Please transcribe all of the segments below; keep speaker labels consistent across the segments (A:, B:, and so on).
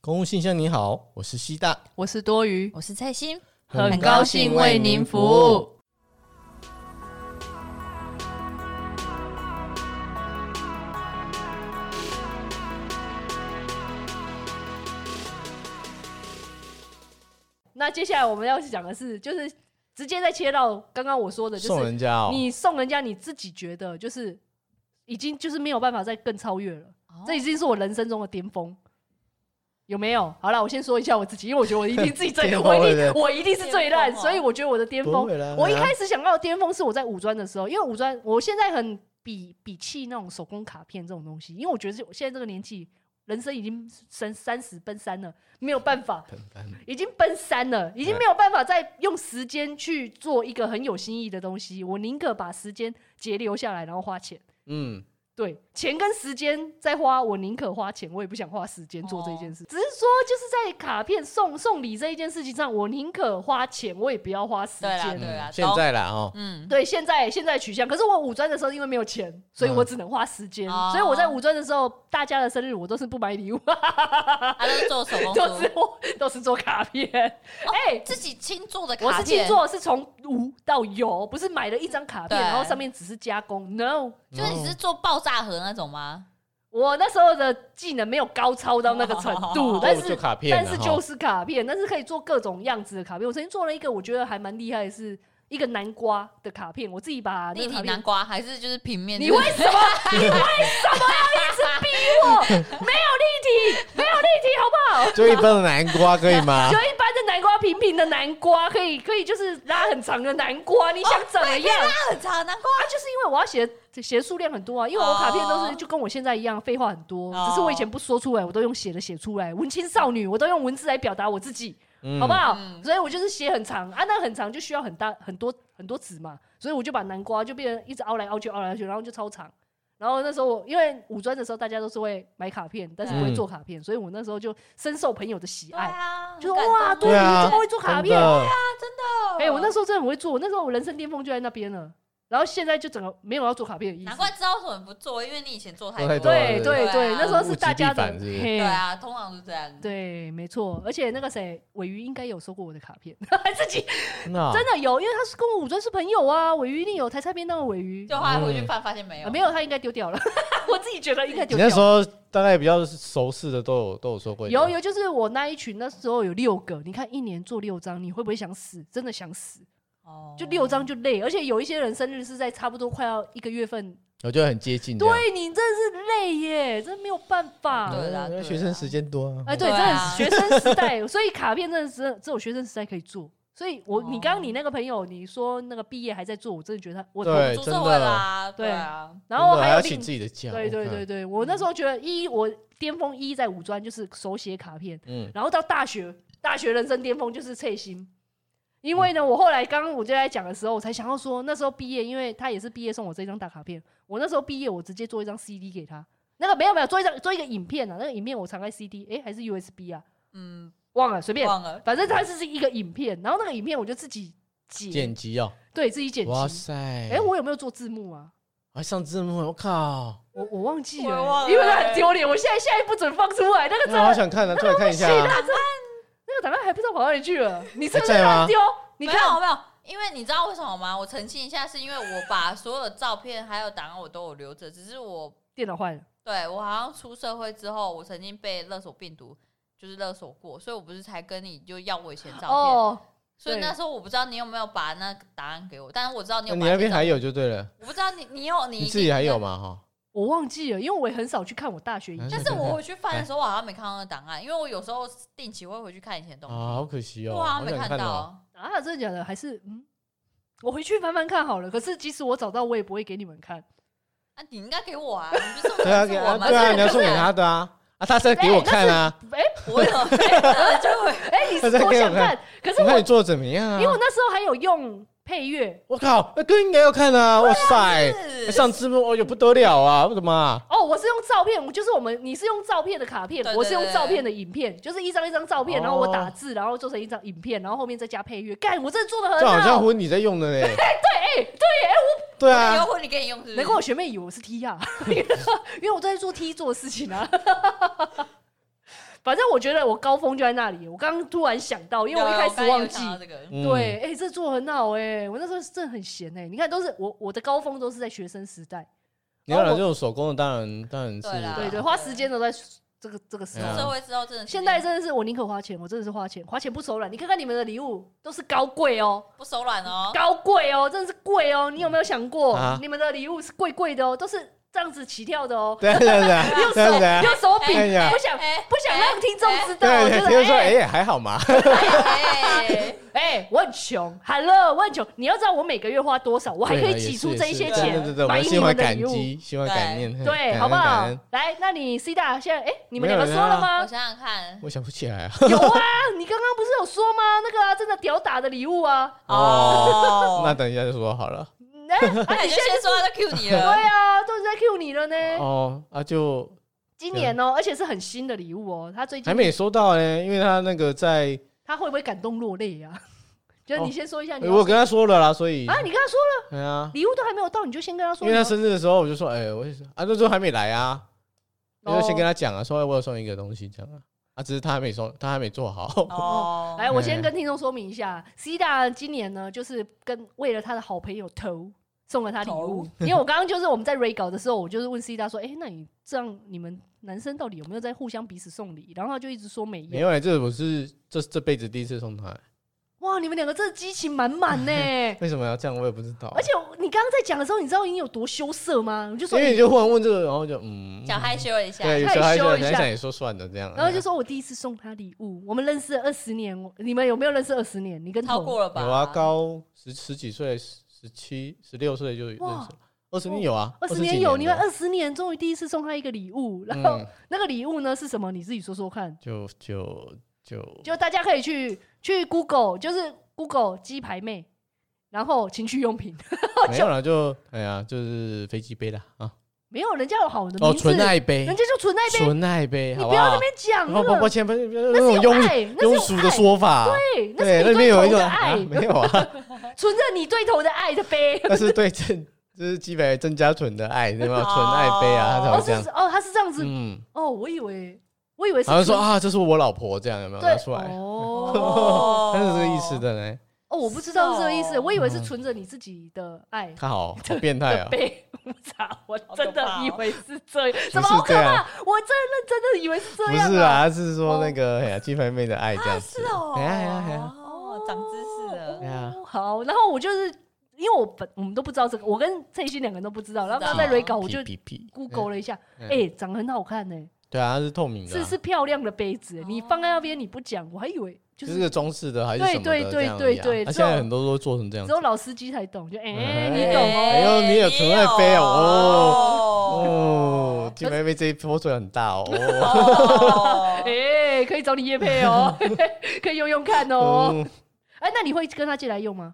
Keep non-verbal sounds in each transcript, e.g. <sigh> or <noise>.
A: 公务信箱，你好，我是西大，
B: 我是多余，
C: 我是蔡心。
B: 很高兴为您服务。那接下来我们要讲的是，就是直接再切到刚刚我说的，就
A: 送
B: 是
A: 人家哦，
B: 你送人家你自己觉得就是已经就是没有办法再更超越了，
C: 哦
B: 这已经是我人生中的巅峰。有没有？好了，我先说一下我自己，因为我觉得我一定自己
A: <laughs>
B: 最，
A: 巅峰
B: 我一
A: 对
B: 定
A: 不
B: 我一定是最烂，
C: 巅峰哦
B: 所以我觉得我的巅
A: 不
B: 峰
A: 会啦，
B: 我一开始想到的巅峰是我在五专的时候，因为五专我现在很鄙鄙弃那种手工卡片这种东西，因为我觉得是我现在这个年纪，人生已经三三十奔三了，没有办法，
A: 很烦
B: 已经奔三了，已经没有办法再用时间去做一个很有新意的东西，我宁可把时间节留下来，然后花钱。
A: 嗯，
B: 对，钱跟时间在花，我宁可花钱，我也不想花时间做这件
C: 哦
B: 事。只是说，就是在卡片送送礼这一件事情上，我宁可花钱，我也不要花时
C: 对啦
B: 间。
C: 对啊
A: 嗯现在啦哦，
C: 嗯，
B: 对，现在现在取向，可是我五专的时候因为没有钱，所以我只能花时间，
C: 哦
B: 所以我在五专的时候，大家的生日我都是不买礼物，
C: <laughs> 他都是做手
B: <laughs>
C: 工
B: 都
C: 书
B: 是，我都是做卡片。
C: 哦
B: <laughs> 哎、
C: 自己亲做的卡
B: 我
C: 片，
B: 自己，做是从无到有，不是买了一张卡片，
C: 对
B: 然后上面只是加工。No，
C: 就是你只是做爆炸盒那种吗？
B: 我那时候的技能没有高超到那个程度，
C: 哦
B: 但
A: 做
B: 是
A: 卡片啊
B: 但是
A: 哈
B: 就是卡片，但是可以做各种样子的卡片。我曾经做了一个我觉得还蛮厉害的是。一个南瓜的卡片，我自己把那
C: 立
B: 个
C: 体
B: 卡
C: 南
B: 片，
C: 瓜还是就是平面？
B: 哦你
C: 就是
B: 为什么？ <laughs> 你为什么要一直逼我？没有立体，没有立体，好不好？
A: 就一般的南瓜可以吗
B: <laughs> 就？一般的南瓜，平平的南瓜，可以可以就是拉很长的南瓜，你想怎么样？
C: 它很长南瓜，
B: 啊，就是因为我要写写的数量很多啊，因为我卡片都是
C: 哦
B: 就跟我现在一样，废话很多，
C: 哦
B: 只是我以前不说出来，我都用写的写出来。文青少女，我都用文字来表达我自己，
A: 嗯
B: 好不好？
C: 嗯
B: 所以我就是写很长啊，那很长就需要很大很多很多纸嘛，所以我就把南瓜就变成一直凹来凹去凹来凹去，然后就超长。然后那时候我因为五专的时候大家都是会买卡片，但是不会
A: 嗯
B: 做卡片，所以我那时候就深受朋友的喜
C: <laughs> 对
B: 爱，
C: 啊，
B: 就是
C: 很感
B: 哇，
C: 动
B: 多余
A: 对啊
B: 怎么会做卡片？
A: 真的
B: 哎、我那
C: 嗯
B: 时候真的很会做，我那时候我人生巅峰就在那边了，然后现在就整个没有要做卡片的意思
C: 难。怪知道为什么不做，因为你以前做太
A: 做太
C: 多，
A: 多了
B: 对对
C: 对
B: 对，
C: 啊
B: 那时候是大家
A: 物极必
B: 的
A: 反是不是
B: 嘿
C: 对啊，通常是这样，
B: 对，没错。而且那个谁，尾鱼应该有收过我的卡片， <laughs> 自己
A: 啊那
B: 真的有，因为他是跟我五专是朋友啊，尾鱼一定有台菜便当的尾鱼。
C: 就后来回去翻发现没
B: 啊
C: 有，
B: 没有，他应该丢掉了。 <laughs> 我自己觉得应该
A: 你
B: 丢掉
A: 那时候
B: 了。
A: 大概比较熟识的都有都有说过，
B: 有有，就是我那一群那时候有六个，你看一年做六张，你会不会想死？真的想死，
C: 哦
B: 就六张就累，而且有一些人生日是在差不多快要一个月份，
A: 我觉得很接近这样，嗯
B: 对啊你真的是累耶，真的没有办法。
C: 对啦
A: 因
C: 对
A: 为
C: 啦
A: 学生时间多啊，
B: 哎，对，
C: 对
B: 真的
C: 啊
B: 是学生时代，所以卡片真的是只有学生时代可以做。所以我，你刚刚你那个朋友，你说那个毕业还在做，我真的觉得他我。
A: 对真
C: 住社
A: 的
C: 会啦，对啊，
B: 然后
A: 真的还
B: 还有
A: 要
B: 另
A: 请啊自己的假，
B: 对对对对，我那时候觉得一我巅峰一在五专就是手写卡片，
A: 嗯，嗯，
B: 然后到大学，大学人生巅峰就是翠心。因为呢，我后来刚刚我就在讲的时候，我才想到说，那时候毕业，因为他也是毕业送我这张大卡片。我那时候毕业，我直接做一张 CD 给他。那个没有没有，做一张做一个影片啊，那个影片我藏在 CD，哎、还是 USB 啊，
C: 嗯，
B: 忘了随便。
C: 忘了，
B: 反正它是一个影片，然后那个影片我就自己剪，
A: 剪辑哦，
B: 对自己剪
A: 哇
B: 辑。
A: 塞，
B: 哎、我有没有做字幕啊？
A: 还上字幕，我靠，
B: 我我忘记了、
C: 我也忘了
B: 因为那很丢脸，我现在现在不准放出来，那个 <laughs> 真
A: 那我好
B: 的
A: 想看啊，出来看一下
B: <laughs> 那
A: 啊，哎
B: 个真的那个档案还不知道跑哪里去了，你是不是
A: 还在吗
B: 乱丢？你
C: 没
B: 看
C: 有没有，因为你知道为什么吗？我澄清一下，是因为我把所有的照片还有档案我都有留着，只是我
B: 电脑坏了，
C: 对我好像出社会之后，我曾经被勒索病毒就是勒索过，所以我不是才跟你就要我以前照片，
B: 哦，
C: 所以
B: 对
C: 那时候我不知道你有没有把那个答案给我，但是我知道你
A: 那
C: 有把
A: 你
C: 些
A: 那边
C: 照
A: 还有就对了，
C: 我不知道你你有你
A: 你
C: 你
A: 自己还有？嘛哈，
B: 我忘记了，因为我也很少去看我大学影
A: 嗯
B: 片。
C: 但是我回去翻的时候，我好像没看到那档案，因为我有时候定期会回去看以前的东西，
A: 啊，好可惜哦，
C: 我好像
A: 好
C: 没
A: 想看哦，
C: 到。
B: 啊，真的假的？还是嗯，我回去翻翻看好了。可是即使我找到，我也不会给你们
A: <laughs>
B: 看。
C: 啊，你应该给我啊，你不是
A: 对啊，
C: 我
A: 给
C: 是
A: 啊
C: 我们，
A: 对啊，
C: 是
A: 你要送给他的啊，啊，他在给我看啊，
B: 哎、
C: 我
A: <laughs>
C: 有，哎就会
B: 哎、你是多想看？可是
A: 我
B: 我
A: 看你做的怎么样啊？
B: 因为我那时候还有用配乐。
A: 我靠，那更应该要看啊！哇塞，
C: 是
A: 上字幕哦哟不得了啊！为什么啊？
B: 哦，我是用照片，就是我们你是用照片的卡片，
C: 对对
B: 我是用照片的影片，就是一张一张照片，
A: 哦
B: 然后我打字，然后做成一张影片，然后后面再加配乐。干，我真的做的很
A: 这好像
B: 好。
A: 婚你在用的嘞。
B: 哎、
A: <laughs> 对
C: 你
A: 啊
C: 有，婚你给你用是不是？
B: 难怪我学
C: <laughs>
B: 妹以为我是 T 啊，因为我都在做 T 做的事情啊。 <laughs> 反正我觉得我高峰就在那里。我刚刚突然想到，因为我一开始忘记
C: 有。啊有我刚才有想到这个，
A: 嗯
B: 对，，哎、这做很好哎、我那时候真的很闲哎、你看，都是我我的高峰都是在学生时代，
A: 你要讲这种手工的，当然当然是
C: 对啦啊
B: 对对，花时间都在这个这个时
A: 对啊
B: 候。
C: 社会之后真的是
B: 现在真的是我宁可花钱，我真的是花钱，花钱不手软。你看看你们的礼物都是高贵哦、
C: 不手软哦，
B: 高贵哦、真的是贵哦、你有没有想过，
A: 啊
B: 你们的礼物是贵贵的哦、都是这样子起跳的哦、
A: <laughs> 对对对，对对，
B: 用手比，
A: 哎呀
B: 不想
C: 哎
B: 不想让听众知道，
A: 对
B: 就
A: 对，
B: 是
A: 听说
B: 哎
A: 哎还好嘛，
C: 哎，
B: 哎，我很穷，Hello，我很穷，你要知道我每个月花多少，我还可以
A: 对
B: 挤出
A: 也是
B: 这一
A: 也
B: 些
A: 是
C: 对
A: 对对
B: 钱
A: 对，我
B: 买
A: 们
B: 你
A: 心怀
B: 们的
A: 感
B: 礼物，
A: 激，心怀感念，嘿感 <laughs>
B: 对，
A: 恩
B: 好不
A: 感
B: 好
A: 恩？
B: 来，那你 C 大现在哎，你们两个
A: 没
B: 说
A: 有人啊
B: 了
C: 我
B: 吗？
C: 想想看，
A: 我想不起来啊， <laughs>
B: 有啊，你刚刚不是有说吗？那个啊真的屌打的礼物
C: <laughs>
B: 啊，
A: 哦那
C: 哦，
A: 等一下就说好了。
B: 哎，
C: 那
B: 啊你
C: 你
B: 现
C: 就
B: 在
C: 先说他就 Q 你
B: 对
C: 了，
B: 啊，都是在 Q 你了呢。
A: 哦啊，就
B: 今年哦，而且是很新的礼物哦，他最近
A: 还没收到呢，因为他那个在，
B: 他会不会感动落泪啊？ <laughs> 就是你先说一下你要
A: 我跟他说了啦，所以
B: 啊，你跟他说了，
A: 对啊，
B: <laughs> 礼物都还没有到，你就先跟他说
A: 因
B: 了
A: 为
B: 吗，
A: 他生日的时候我就说，哎，我也是啊，那时候还没来啊，我就先跟
B: 他。
A: 他讲啊，说哎我有送一个东西这样啊，啊，只是他还没送，他还没做 <laughs> 好，
C: 哦，
B: 来，我先
A: 哎
B: 跟听众说明一下，C 大今年呢，就是跟为了他的好朋友头送了他礼物， <laughs> 因为我刚刚就是我们在 re 稿的时候，我就是问 C 大说，哎、那你这样你们男生到底有没有在互相彼此送礼？然后他就一直说没
A: 没
B: 有。
A: 有，这我是这这辈子第一次送他，
B: 哇，你们两个真的激情满满
A: <laughs>
B: 呢！
A: 为什么要这样我也不知道，
B: 而且你刚刚在讲的时候，你知道你有多羞涩吗？我就说
A: 因
B: 你，
A: 为你就忽然问这个，然后就嗯，
C: 想
B: 啊
C: 害羞一下，
A: 对，有
B: 害
A: 时候害
B: 羞
A: 羞，
B: 一
A: 想一
B: 下
A: 想啊也说算了这样，
B: 哎
A: 哎
B: 然后就说我第一次送他礼物，我们认识二十年，我你们有没有认识二十年？你跟
C: 超
B: 头
C: 过了吧？
A: 有啊，高十十几岁，十七、十六岁就认识
B: 哇
A: 了，二十年有啊，
B: 二十
A: 几
B: 年有，你们
A: 了
B: 二十年终于第一次送他一个礼
A: <laughs>
B: 物，然后
A: 嗯，
B: 那个礼物呢是什么？你自己说说看。
A: 就就就
B: 就大家可以
A: <laughs>
B: 去去 Google，就是 Google 鸡排妹，然后情趣用品，
A: 没有了，就哎呀，就是飞机杯啦啊，
B: 没有人家有好的
A: 哦，
B: 名字，
A: 纯爱杯
B: 人家，就纯爱杯，
A: 纯爱杯，
B: 你
A: 好
B: 不要
A: 好
B: 那？边讲
A: 抱抱
B: 了
A: 抱，歉，不是不是
B: 那是
A: 那
B: 有
A: 种
B: 爱，
A: 庸
B: 那
A: 庸
B: 是
A: 俗
B: 有
A: 的
B: 爱。
A: 说法，
B: 对，那
A: 对，
B: 是
A: 那边
B: 你对
A: 有一
B: 头
A: 种
B: 的
A: 啊
B: 爱，
A: 没
B: <laughs>
A: 有啊，
B: 存着你对头的爱
A: <laughs>
B: 的杯。
A: 那是对郑，就是鸡排郑家纯的爱，对吗？纯爱杯啊，他才
B: 哦，
A: 会这样
B: 是，哦，他是这样子，
A: 嗯，
B: 哦，我以为我以为是
A: 好像说
B: 纯
A: 啊，这是我老婆这样，有没有
B: 对
A: 拿出来？
B: 哦
A: <laughs> 他是这个意思的呢，
B: 哦，我不知道是这个意
C: 是
B: 思，
C: 哦
B: 我以为是
A: 嗯
B: 存着你自己的爱。
A: 他好好变态
B: <laughs> 的
A: 啊，
B: 杯，我操！我
C: 好可
B: 真的
C: 怕哦
B: 以为是这样，怎
A: 不是
B: 么好可
A: 这样
B: 怕？我真的真的以为是这
A: 不
B: 样。
A: 是啊，是说那
B: 哦啊
A: 个哎呀，鸡排妹的爱这样子，
C: 是哦，
A: 哎呀哎呀哎呀，
C: 哦，长知识了
A: 对啊
B: 哦好，然后我就是因为我本我们都不知道这个，我跟蔡欣两个人都不知道，然后刚刚在
C: 知道
B: re 哦稿，我就
A: 屁屁屁
B: Google 了一下，
A: 嗯
B: 哎，长得很好看呢，
A: 对啊，它是透明的啊，
B: 是是漂亮的杯子欸，
C: 哦
B: 你放在那边你不讲，我还以为就
A: 就是
B: 是
A: 个中式的还是
B: 对
A: 什么的
B: 对对
A: 这样
B: 对
A: 而已啊
B: 对
A: 它
B: 只
A: 现
B: 有
A: 在很多都做成这样
B: 只
A: 子
B: 有。老司机才懂，就哎
A: 哎
B: 你懂。
A: 哎呦你有纯爱杯哦哦
C: 哦，
A: 金妹妹这一波做的很大哦，
C: <laughs>
A: 哦
C: 哦，
B: 哎，可以找你叶
A: <laughs>
B: 配哦，可以用用看 <laughs> 哦。
A: 嗯
B: 哎，那你会跟他借来用吗？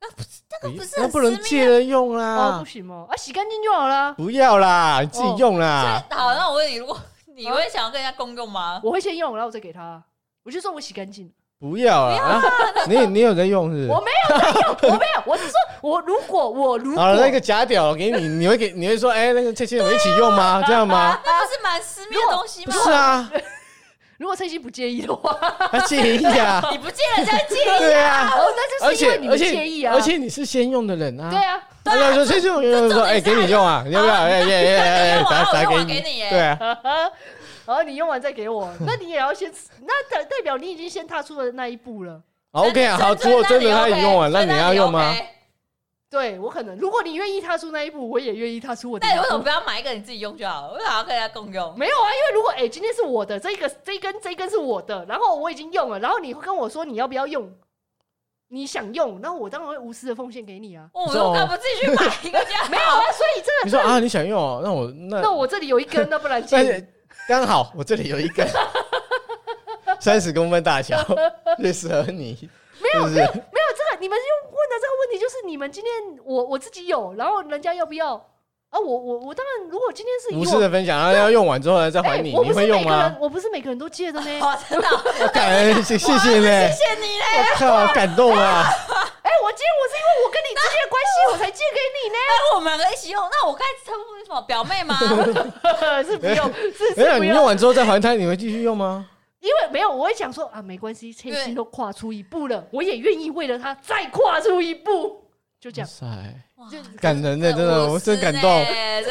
C: 那不是
A: 那
C: 很
A: 不能
C: 私密
A: 借人用
B: 哦，
A: 啦
B: 不，行哦，啊，洗干净就好啦。
A: 不要啦，你自己用啦。
C: 好，那我问你，如果你会想要跟人家共用吗？
B: 我会先用，然后我再给他。我就说我洗干净，
A: 不要啦，啊你你有在用是不
B: 我
A: 是？
B: 没有在用，我没有，我是说我如果我如果
A: 好了，那个假屌给你，你会给你会说，哎，那个这些我们一起用吗？这样
B: <laughs>
A: 吗？
C: 啊那不是蛮私密的东西
A: 不
C: 吗？
A: 是啊，
B: 如果蔡心不介意的话，
A: 他介意
B: <laughs>
A: 啊，
C: 你不借人家借，
A: 对啊，
B: 哦，那
A: 而
B: 就是
A: 且
B: 因为你
A: 而
B: 们
A: 且
B: 介意啊，
A: 而且你是先用的人啊，
B: 对啊，
A: 他就说这种用说，哎，给你用啊，要不要？哎耶耶耶
B: 啊
A: 耶，打打给你，对啊，
B: <laughs> 然后你用完再给我，那你也要先，那代代表你已经先踏出了那一步了。
A: 好 <laughs> OK
C: <laughs>
A: 啊，好，如果真的他已经用啊完，那你要用吗？
B: 对我可能，如果你愿意踏出那一步，我也愿意踏出我的
C: 那
B: 一
C: 你为什么
B: 步。
C: 不要买一个你自己用就好？为什么要跟人家共用？
B: 没有啊，因为如果哎、今天是我的这个这一根这一根是我的，然后我已经用了，然后你会跟我说你要不要用，你想用，那我当然会无私的奉献给你啊。
C: 哦我我干嘛不自己去买一个这
A: <laughs>
C: 样？
B: 没
A: 哦
B: 有啊，所以
A: 你
B: 这
A: 说
B: 个
A: 啊，你想用哦，那我那
B: 那我这里有一根，那不然
A: <laughs>
B: 借
A: 但
B: 你
A: 是刚好我这里有一
B: <laughs>
A: 根三十公分大小，最适合
B: <laughs>
A: 你。没有没有，
B: 没有这个，你们用问的这个问题就是你们今天我我自己有，然后人家要不要啊？我我我当然，如果今天是以
A: 无私
B: 我
A: 的分享，然后要用完之后呢再还
B: 哎
A: 你，
B: 我
A: 你
B: 不是
A: 会
B: 每
A: 用
B: 个人
A: 吗？，
B: 我不是每个人都借的呢。
C: <laughs>
B: 哎
C: 哦，真的哦，
A: <laughs> 我感恩，谢谢谢呢
C: 谢，谢你嘞！
A: 我靠，好感动啊！
B: 哎，我我借我是因为我跟你之间的关系，我才借给你
C: 那我们两个一起用，那我该称呼你什么表妹吗？
A: <laughs>
B: 呢， <laughs> 是不用， <laughs> 是
A: 哎呀，
B: 是不
A: 你用
B: 用，
A: 完之后再还他，你会继续用吗？
B: 因为没有，我会想说啊，没关系，千
C: 对
B: 心都跨出一步了，我也愿意为了他再跨出一步，就这样。
A: 塞，
C: 哇
B: 就
A: 感人的，真
C: <laughs>
A: 的，我真感动。
C: 我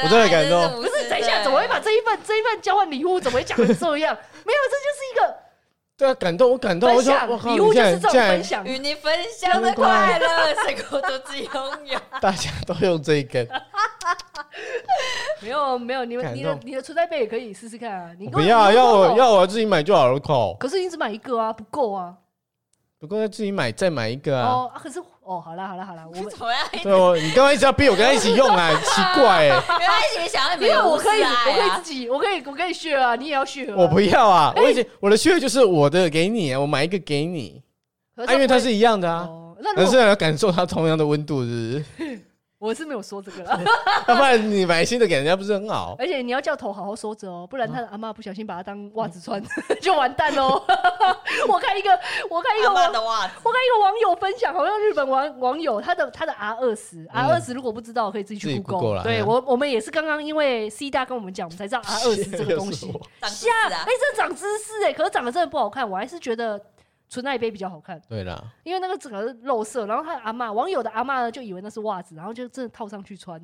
A: 我真的感动
B: 不是，等一下，怎么会把这一份这一份交换礼物怎么会讲成这样？没有，这
A: 对啊，感动，我感动。我
B: 就是一
A: 想
B: 个，
A: 我
B: 分
A: 靠，
B: 享，礼物
A: 你
B: 就
A: 现
B: 是
A: 在
B: 这种
A: 现
B: 分
A: 在
B: 享。
C: 与你分享的快乐，谁我都自己拥有。
A: <laughs> 大家都用这一根，
B: 没有没有，你们
A: 感
B: 你的
A: 动
B: 你的存在杯也可以试试看啊。 <laughs> 你
A: 我
B: 跟
A: 不要，要
B: 我
A: 我，要我自己买就好了，靠，
B: 可是你只买一个啊，不够啊。
A: 不够再自己买，再买一个啊。
B: 哦啊，可是哦，好啦好啦好啦，我们
C: 怎么样？
A: 对哦，你刚刚一直要逼我跟他一起用
B: <laughs>
A: 啊，奇怪哎，
C: 原来你想要你
B: 因
C: 们
B: 为我
C: 有
B: 可以
C: 私
B: 我可
C: 爱
B: 以
C: 啊
B: 自己，我可以我可以 share 啊，你也要 share 啊。
A: 我不要
B: <laughs>
A: 啊，
B: 哎
A: 我已经我的需求就是我的给你啊，我买一个给你，
B: 可
A: 啊，因为它是一样的啊，
B: 哦，那
A: 但
B: 如
A: 是
B: 果
A: 要感受它同样的温度，
B: <laughs>
A: 是
B: 我是没有说这个啦，
A: 不是？要不然你买新的给人家不是很好？
B: <laughs> 而且你要叫头好好收着哦，不
A: 嗯
B: 然他的阿妈不小心把它当袜子穿， <laughs> 就完蛋喽。我看一个，我看一个
C: 阿
B: 网
C: 曼的袜子，
B: 我看一个网友分享，好像日本网网友他的他的 R 二十 R 二十，如果不知道可以自己
A: 嗯自
B: 去
A: 己 Google 啦
B: 对
A: 嗯
B: 我我们也是刚刚因为 C 大跟我们讲，我们才知道 R
A: <laughs>
B: 二十这个东西
A: 又是。我
C: 长
B: 下
C: 吓
B: 哎、
C: 啊！
B: 这长知识哎、可是长得真的不好看，我还是觉得纯爱杯比较好看，
A: 对啦，
B: 因为那个整个是肉色，然后他的阿嬷，网友的阿嬷呢就以为那是袜子，然后就真的套上去穿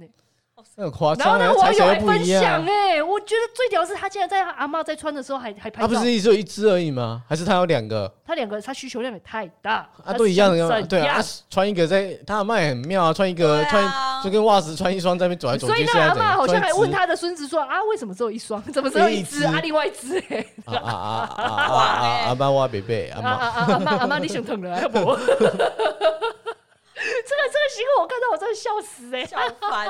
B: 哎、
A: 那很夸
B: 然后
A: 张
B: 那
A: 啊，
B: 个
A: 踩
B: 网
A: 起
B: 友
A: 来
B: 还
A: 不
B: 分
A: 一
B: 享
A: 样。
B: 哎、我觉得最屌的是他竟然在他阿嬷在穿的时候还还拍
A: 他
B: 照，
A: 不是只有一只而已吗？还是他有两个？
B: 他两个他需求量也太大，
A: 啊，都一样
B: 他
A: 的
B: 想
A: 嘛，
B: 怎
A: 对啊，
B: 样
A: 啊穿一个在他阿妈也很妙啊，穿一个
C: 对啊
A: 穿就跟袜子穿一双在那边走来走
B: 所以
A: 去，
B: 那
A: 现在怎
B: 个阿嬷
A: 样
B: 好像还问
A: 穿
B: 他的孙子说啊，为什么只有一双？ <laughs> 怎么只有一只啊？另外一只欸
A: 一只啊啊啊啊啊啊啊阿妈挖贝贝阿
B: 啊啊
A: 妈，
B: 啊！阿妈阿妈，你想疼了？要不，这
A: <laughs>
B: 个这个新闻我看到我真的笑死哎
C: 笑翻，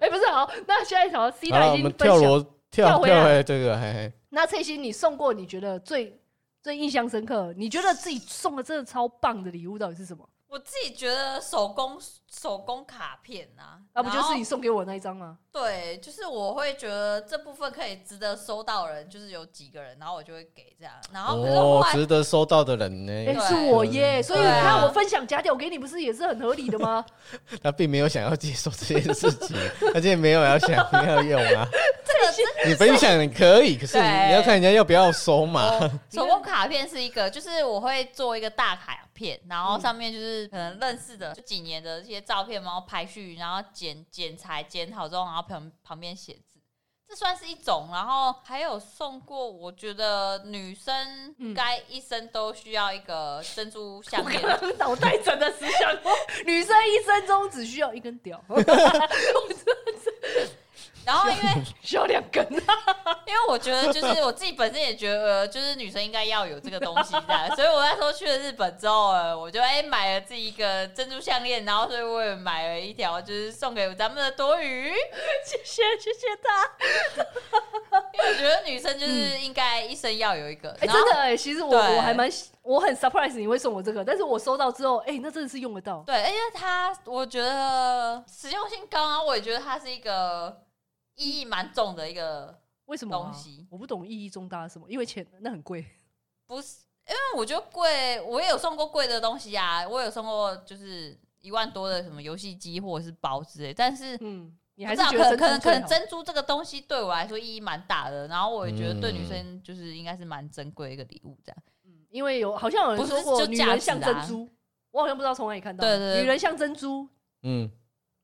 B: 哎，不是好，那现在好 C
A: 好
B: 大
A: 了，我
B: 已经
A: 们
B: 分
A: 跳
B: 享，
A: 楼跳
B: 跳回来
A: 跳回来这个，嘿嘿。
B: 那翠欣你送过你觉得最最印象深刻，你觉得自己送的真的超棒的礼物到底是什么？
C: 我自己觉得手工手工卡片啊，
B: 啊，不就
C: 然后
B: 是你送给我那一张吗？
C: 对，就是我会觉得这部分可以值得收到的人，就是有几个人，然后我就会给这样。然后可是后
A: 哦，
C: 来、
A: 值得收到的人
B: 哎，
A: 呢，
B: 是我耶！所以你
C: 对啊
B: 看我分享假屌给你，不是也是很合理的
C: <laughs>
B: 吗？
A: 他并没有想要接受这件事情，而且没有要想要用啊。你分享可以，可是
C: 对
A: 你要看人家要不要收嘛。
C: 哦手工卡片是一个，就是我会做一个大卡片，然
B: 嗯
C: 后上面就是可能认识的就几年的这些照片，然后排序，然后剪剪裁剪好之后，然后旁旁边写字，这算是一种。然后还有送过，我觉得女生
B: 嗯
C: 该一生都需要一个珍珠项
B: 我
C: 链
B: 刚。刚脑袋真的是想说，女生一生中只需要一根
C: <laughs>
B: 屌，
C: 然后因为
B: 需要两根。
C: <laughs> 因为我觉得，就是我自己本身也觉得，呃就是女生应该要有这个东西在， <laughs> 所以我那时候去了日本之后，呃我就哎、买了自己一个珍珠项链，然后所以我也买了一条，就是送给咱们的多余，因
B: 谢谢谢谢他。
C: 为我觉得女生就是应该一生要有一个。
B: <laughs> 哎、
C: 然后
B: 真的哎、其实我
C: 对
B: 我还蛮我很 surprise 你会送我这个，但是我收到之后，哎、那真的是用得到。
C: 对，而且它我觉得实用性高啊，我也觉得它是一个意义蛮重的一个
B: 为什么啊、
C: 东西
B: 我不懂意义重大是什么，因为钱那很
C: <laughs>
B: 贵。
C: 不是，因为我觉得贵，我也有送过贵的东西啊，我有送过就是一万多的什么游戏机或者是包之类，但是
B: 嗯，你
C: 不
B: 还
C: 知
B: 是
C: 道
B: 觉
C: 可
B: 得
C: 能可能可能
B: 真
C: 珍珠这个东西对我来说意义蛮大的，然后我也觉得
A: 嗯
C: 对女生就是应该是蛮珍贵的一个礼物这样。
B: 因为有好像有人
C: 不
B: 说
C: 是
B: 过
C: 就
B: 女
C: 价
B: 人
C: 值
B: 像珍
C: 啊
B: 珠，我好像不知道从哪里看到的，
C: 对对对
B: 女人像珍珠，
A: 嗯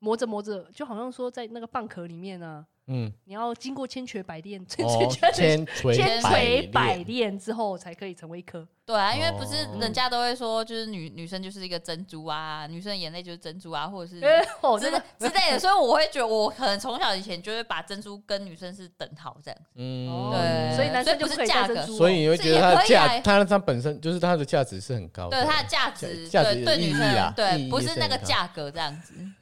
B: 磨着磨着就好像说在那个蚌壳里面呢、
A: 嗯，
B: 你要经过千锤百炼，千
A: 哦，千锤
B: 千锤百
A: 百炼
B: 炼之后才可以成为一颗。
C: 对啊，因为不是
A: 哦
C: 人家都会说，就是女女生就是一个珍珠啊，女生的眼泪就是珍珠啊，或者是
B: 哎、 <laughs> 哦，
C: 之
B: 真
C: 类
B: 的，
C: 之类的，所以我会觉得我可能从小以前就会把珍珠跟女生是等号这样。
A: 嗯，
B: 哦
C: 对
B: 所以男生就
C: 所以不是
B: 可以
C: 价
B: 戴
C: 格
B: 珍珠哦，
A: 所以你会觉得它的
C: 这也可以
A: 价，
C: 啊
A: 它它本身就是它的价值是很高的，
C: 对它的价值，
A: 哦价值
C: 对对
A: 意义
C: 女生，
A: 啊意义
C: 对
A: 也
C: 不是
A: 是
C: 那
A: 很
C: 个
A: 高
C: 价格这样子，嗯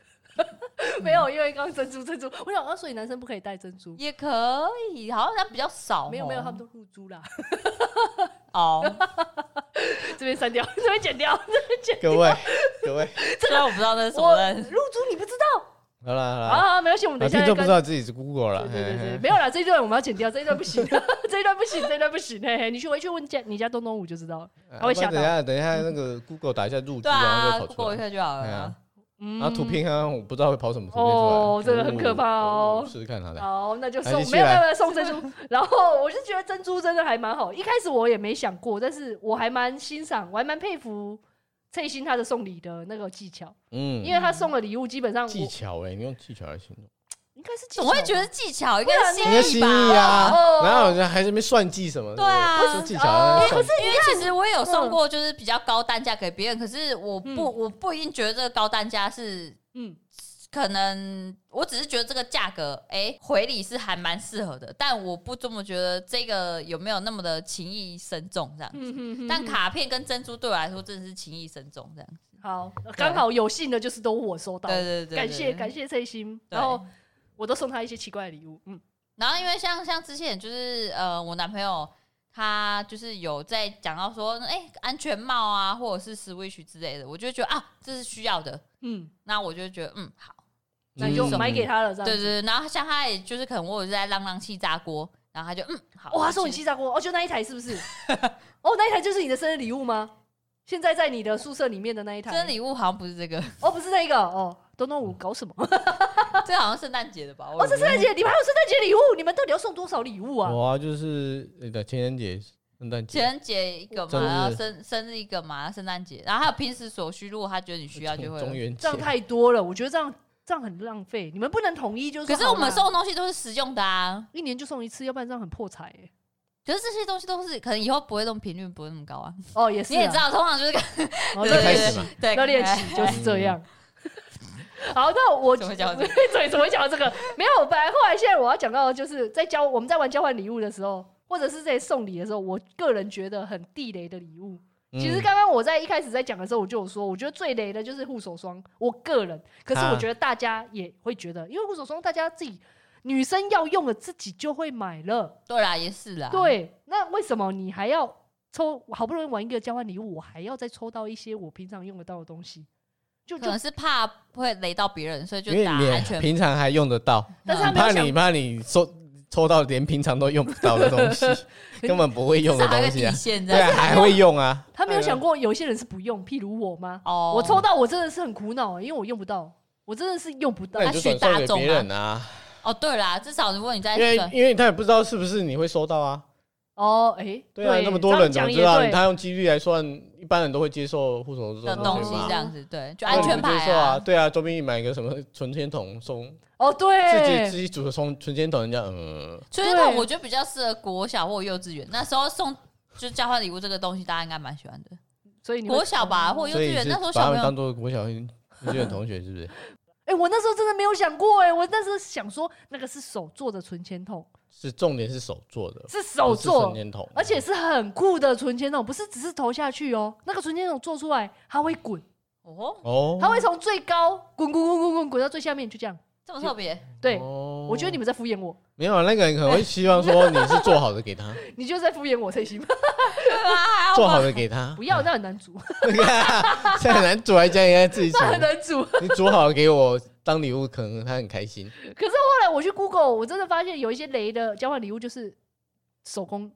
B: 没有，因为刚刚珍珠珍珠，我想啊，所以男生不可以戴珍珠。
C: 也可以，好像它比较少哦，
B: 没有没有，他们都入珠啦， <laughs>
C: 哦，
B: 这边删掉， <laughs> 这边剪掉，这边剪。
A: 各位各位，
C: 虽然我不知道那是什
B: 我
C: 么，
B: 入珠你不知道，
A: 好啦好啦，
B: 好好，没关系，我们等
A: 啊
B: 一下
A: 听
B: 再
A: 众不
B: 跟
A: 知。道自哎己是 Google 了，
B: 对对对对，
A: 嘿嘿
B: 没有啦，这一段我们要剪掉，这一段不行， <laughs> 这一段不行，这一段不行。嘿嘿，你去回去问家你家东东五就知道了。
A: 啊
B: 他会吓到
A: 不然等一下等一下那个 Google 打一下入驻，
C: 对
A: 然后
C: 啊
A: 就跑出
C: ，Google 一
A: 来。
C: 下就好
A: 对啊
C: 了。
B: 嗯
A: 然后图。片看看我不知道会跑什么图片出来，嗯
B: 哦这个很可怕哦
A: 我我试试看好哎了。
B: 好，那就送
A: 来继续
B: 没有没
A: 来
B: 有没有送珍珠。 <laughs> 然后我就觉得珍珠真的还蛮好，一开始我也没想过，但是我还蛮欣赏，我还蛮佩服翠欣她的送礼的那个技巧，
A: 嗯，
B: 因为她送的礼物基本上我
A: 技巧哎，你用技巧来形容，
B: 应该是技巧
C: 总
B: 吧，
C: 会觉得技巧应
B: 不
C: 该
B: 然
C: 是
A: 人家
C: 心
A: 心
C: 意吧
A: 意啊
B: 哦，哎
A: 然后人还是没算计什么，
C: 对啊
A: 不是说技巧啊，算计
C: 因为其实我也有送过，就是比较高单价给别人，可是我不、
B: 嗯
C: 我不一定觉得这个高单价是
B: 嗯，
C: 可能，我只是觉得这个价格，哎、回礼是还蛮适合的，但我不这么觉得这个有没有那么的情意深重这样。
B: 嗯哼哼
C: 但卡片跟珍珠对我来说真的是情意深重这样。
B: 好，刚好有幸的就是都我收到，
C: 对对对
B: 感谢感
C: 谢。
B: 谢翠欣，
C: 对
B: 然后我都送她一些奇怪的礼物，嗯
C: 然后因为像像之前就是呃，我男朋友他就是有在讲到说，哎、安全帽啊，或者是 Switch 之类的，我就觉得啊，这是需要的。
B: 嗯，
C: 那我就觉得嗯好，
B: 那你就
A: 嗯
B: 买给她了，这样
C: 对
B: 子。
C: 对对。然后像他也就是可能我有在浪浪气炸锅，然后他就嗯好，
B: 哇，他送
C: 送
B: 你气炸锅，哦，就那一台是
C: <laughs>
B: 不是？哦，那一台就是你的生日礼物吗？现在在你的宿舍里面的那一台，
C: 生日礼物好像不是这个， <laughs>
B: 哦，不是那一个哦，东东五搞什么？
C: 哦这好像圣诞节的吧？
B: <laughs> 哦，
C: 我
B: 这圣诞节你们还有圣诞节礼物？你们到底要送多少礼物啊？
C: 哦
A: 我啊，就是你的情人节、圣诞
C: 情
A: 节，
C: 人节一个嘛，
A: 生日
C: 然后生生日一个嘛，然后圣诞节，然后还有平时所需，如果他觉得你需要就会
A: 中
C: 有。
A: 元节
B: 这样太多了，我觉得这样这样很浪费。你们不能统一，就是
C: 可
B: 说
C: 是我们
B: 好啦
C: 送的东西都是实用的啊，
B: 一年就送一次，要不然这样很破财欸。
C: 可是这些东西都是可能以后不会那么频率不会那么高啊。
B: 哦，也是，
C: 你也知，道，通常就是
A: 就
B: 哦
C: 对
B: 热
A: 开
B: 恋
A: 始
B: 期，
A: 嘛，
C: 对
B: 热恋
C: 哎
B: 期就是这样。好，那我
C: 怎么
B: <laughs>
C: 讲
B: 对，怎么讲到这个？没有，本来后来现在我要讲到，的就是在交我们在玩交换礼物的时候，或者是在送礼的时候，我个人觉得很地雷的礼物。其实
A: 嗯
B: 刚刚我在一开始在讲的时候，我就有说，我觉得最雷的就是护手霜，我个人。可是
A: 啊
B: 我觉得大家也会觉得，因为护手霜大家自己女生要用了，自己就会买了。
C: 对啦，也是啦。，
B: 对，那为什么你还要抽？好不容易玩一个交换礼物，我还要再抽到一些我平常用得到的东西，就
C: 可
B: 就
C: 能是怕会雷到别人，所以就
A: 因为
C: 打安全
A: 你
C: 牌。
A: 平常还用得到，
B: 但是
A: 你
B: 他没
A: 怕
B: 有想
A: 你怕你抽抽到连平常都用不到的东
C: <laughs>
A: 西，根本不会用的
C: 至少有
A: 东
C: 个
A: 西
C: 底
A: 啊，
C: 线这
A: 对
C: 样。
A: 啊，还会用啊，
B: 他没有想过有些人是不用，譬如我吗？
C: 哦
B: 我抽到我真的是很苦恼、因为我用不到，我真的是用不到
A: 那。你就转送给别人啊，
C: 哦，对啦，至少如果你在
A: 因为
C: 对
A: 因为他也不知道是不是你会收到啊，
B: 哦，哎、
A: 对啊，那么多人
B: 这
A: 怎
B: 样
A: 么
B: 讲
A: 知
B: 也
A: 道？
B: 对，
A: 他用几率来算，一般人都会接受护手
C: 的
A: 霜
C: 东西
A: 嘛
C: 这样子，对，就
A: 那
C: 安
A: 你
C: 全
A: 不接
C: 牌
A: 受啊，。对啊，周边买个什么存钱筒送，
B: 哦，
A: 自己
B: 对，
A: 自己煮的存存钱筒，人家嗯，
C: 所以那
B: 对
C: 我觉得比较适合国小或幼稚园，那时候送就交换礼物这个东西，大家应该蛮喜欢的。
B: 所以你会嗯
C: 国小吧，或幼
A: 所
C: 稚
A: 以
C: 园
A: 是
C: 那时
A: 把
C: 候小
A: 他
C: 朋
A: 们
C: 友
A: 当做国小幼稚园同学是不是？
B: 哎、我那时候真的没有想过、哎，我那时候想说那个是手做的存钱筒，
A: 是重点是手做的，
B: 是手
A: 哦不是
B: 做
A: 存，钱筒，
B: 而且是很酷的存钱筒，不是只是投下去哦，那个存钱筒做出来，它会滚，
C: 哦，
A: 哦，
B: 它会从最高滚滚滚滚滚滚到最下面，就这样。
C: 这么特别，
B: 对，
A: 哦
B: 我觉得你们在敷衍我，
A: 没有啊那个人可能会希望说你是做好的给
B: <laughs>
A: 他，
B: 你就是在敷衍我才行。 <laughs>
C: 对吧？
A: 做好的给他，
B: 不要，那很难煮，
A: 那个啊 <laughs> 现在很难煮，还家应该自己煮
B: <laughs> 那，很难煮。
A: 你煮好了给我当礼物，可能他很开心。
B: 可是后来我去 Google，我真的发现有一些雷的交换礼物就是手工，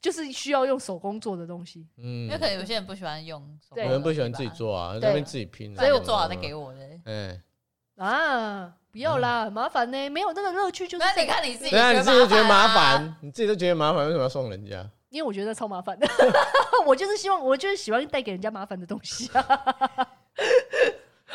B: 就是需要用手工做的东西。
A: 嗯
C: 因为，可能有些人不喜欢用手
B: 对
C: 工的东西吧，
A: 有人不喜欢自己做啊，在那边自己拼啊，
C: 反正就做好再给我的。
A: 嗯。
B: 啊，不要啦，很麻烦呢、没有那个乐趣，就是
C: 那
B: 在
C: 你看你自己，
A: 对啊，你自己都觉得麻
C: 啊，
A: 烦，你自己都觉得麻烦，为什么要送人
B: <laughs>
A: 家？
B: 因为我觉得超麻烦的， <laughs> 我就是希望，我就是喜欢带给人家麻烦的东西啊。 <laughs>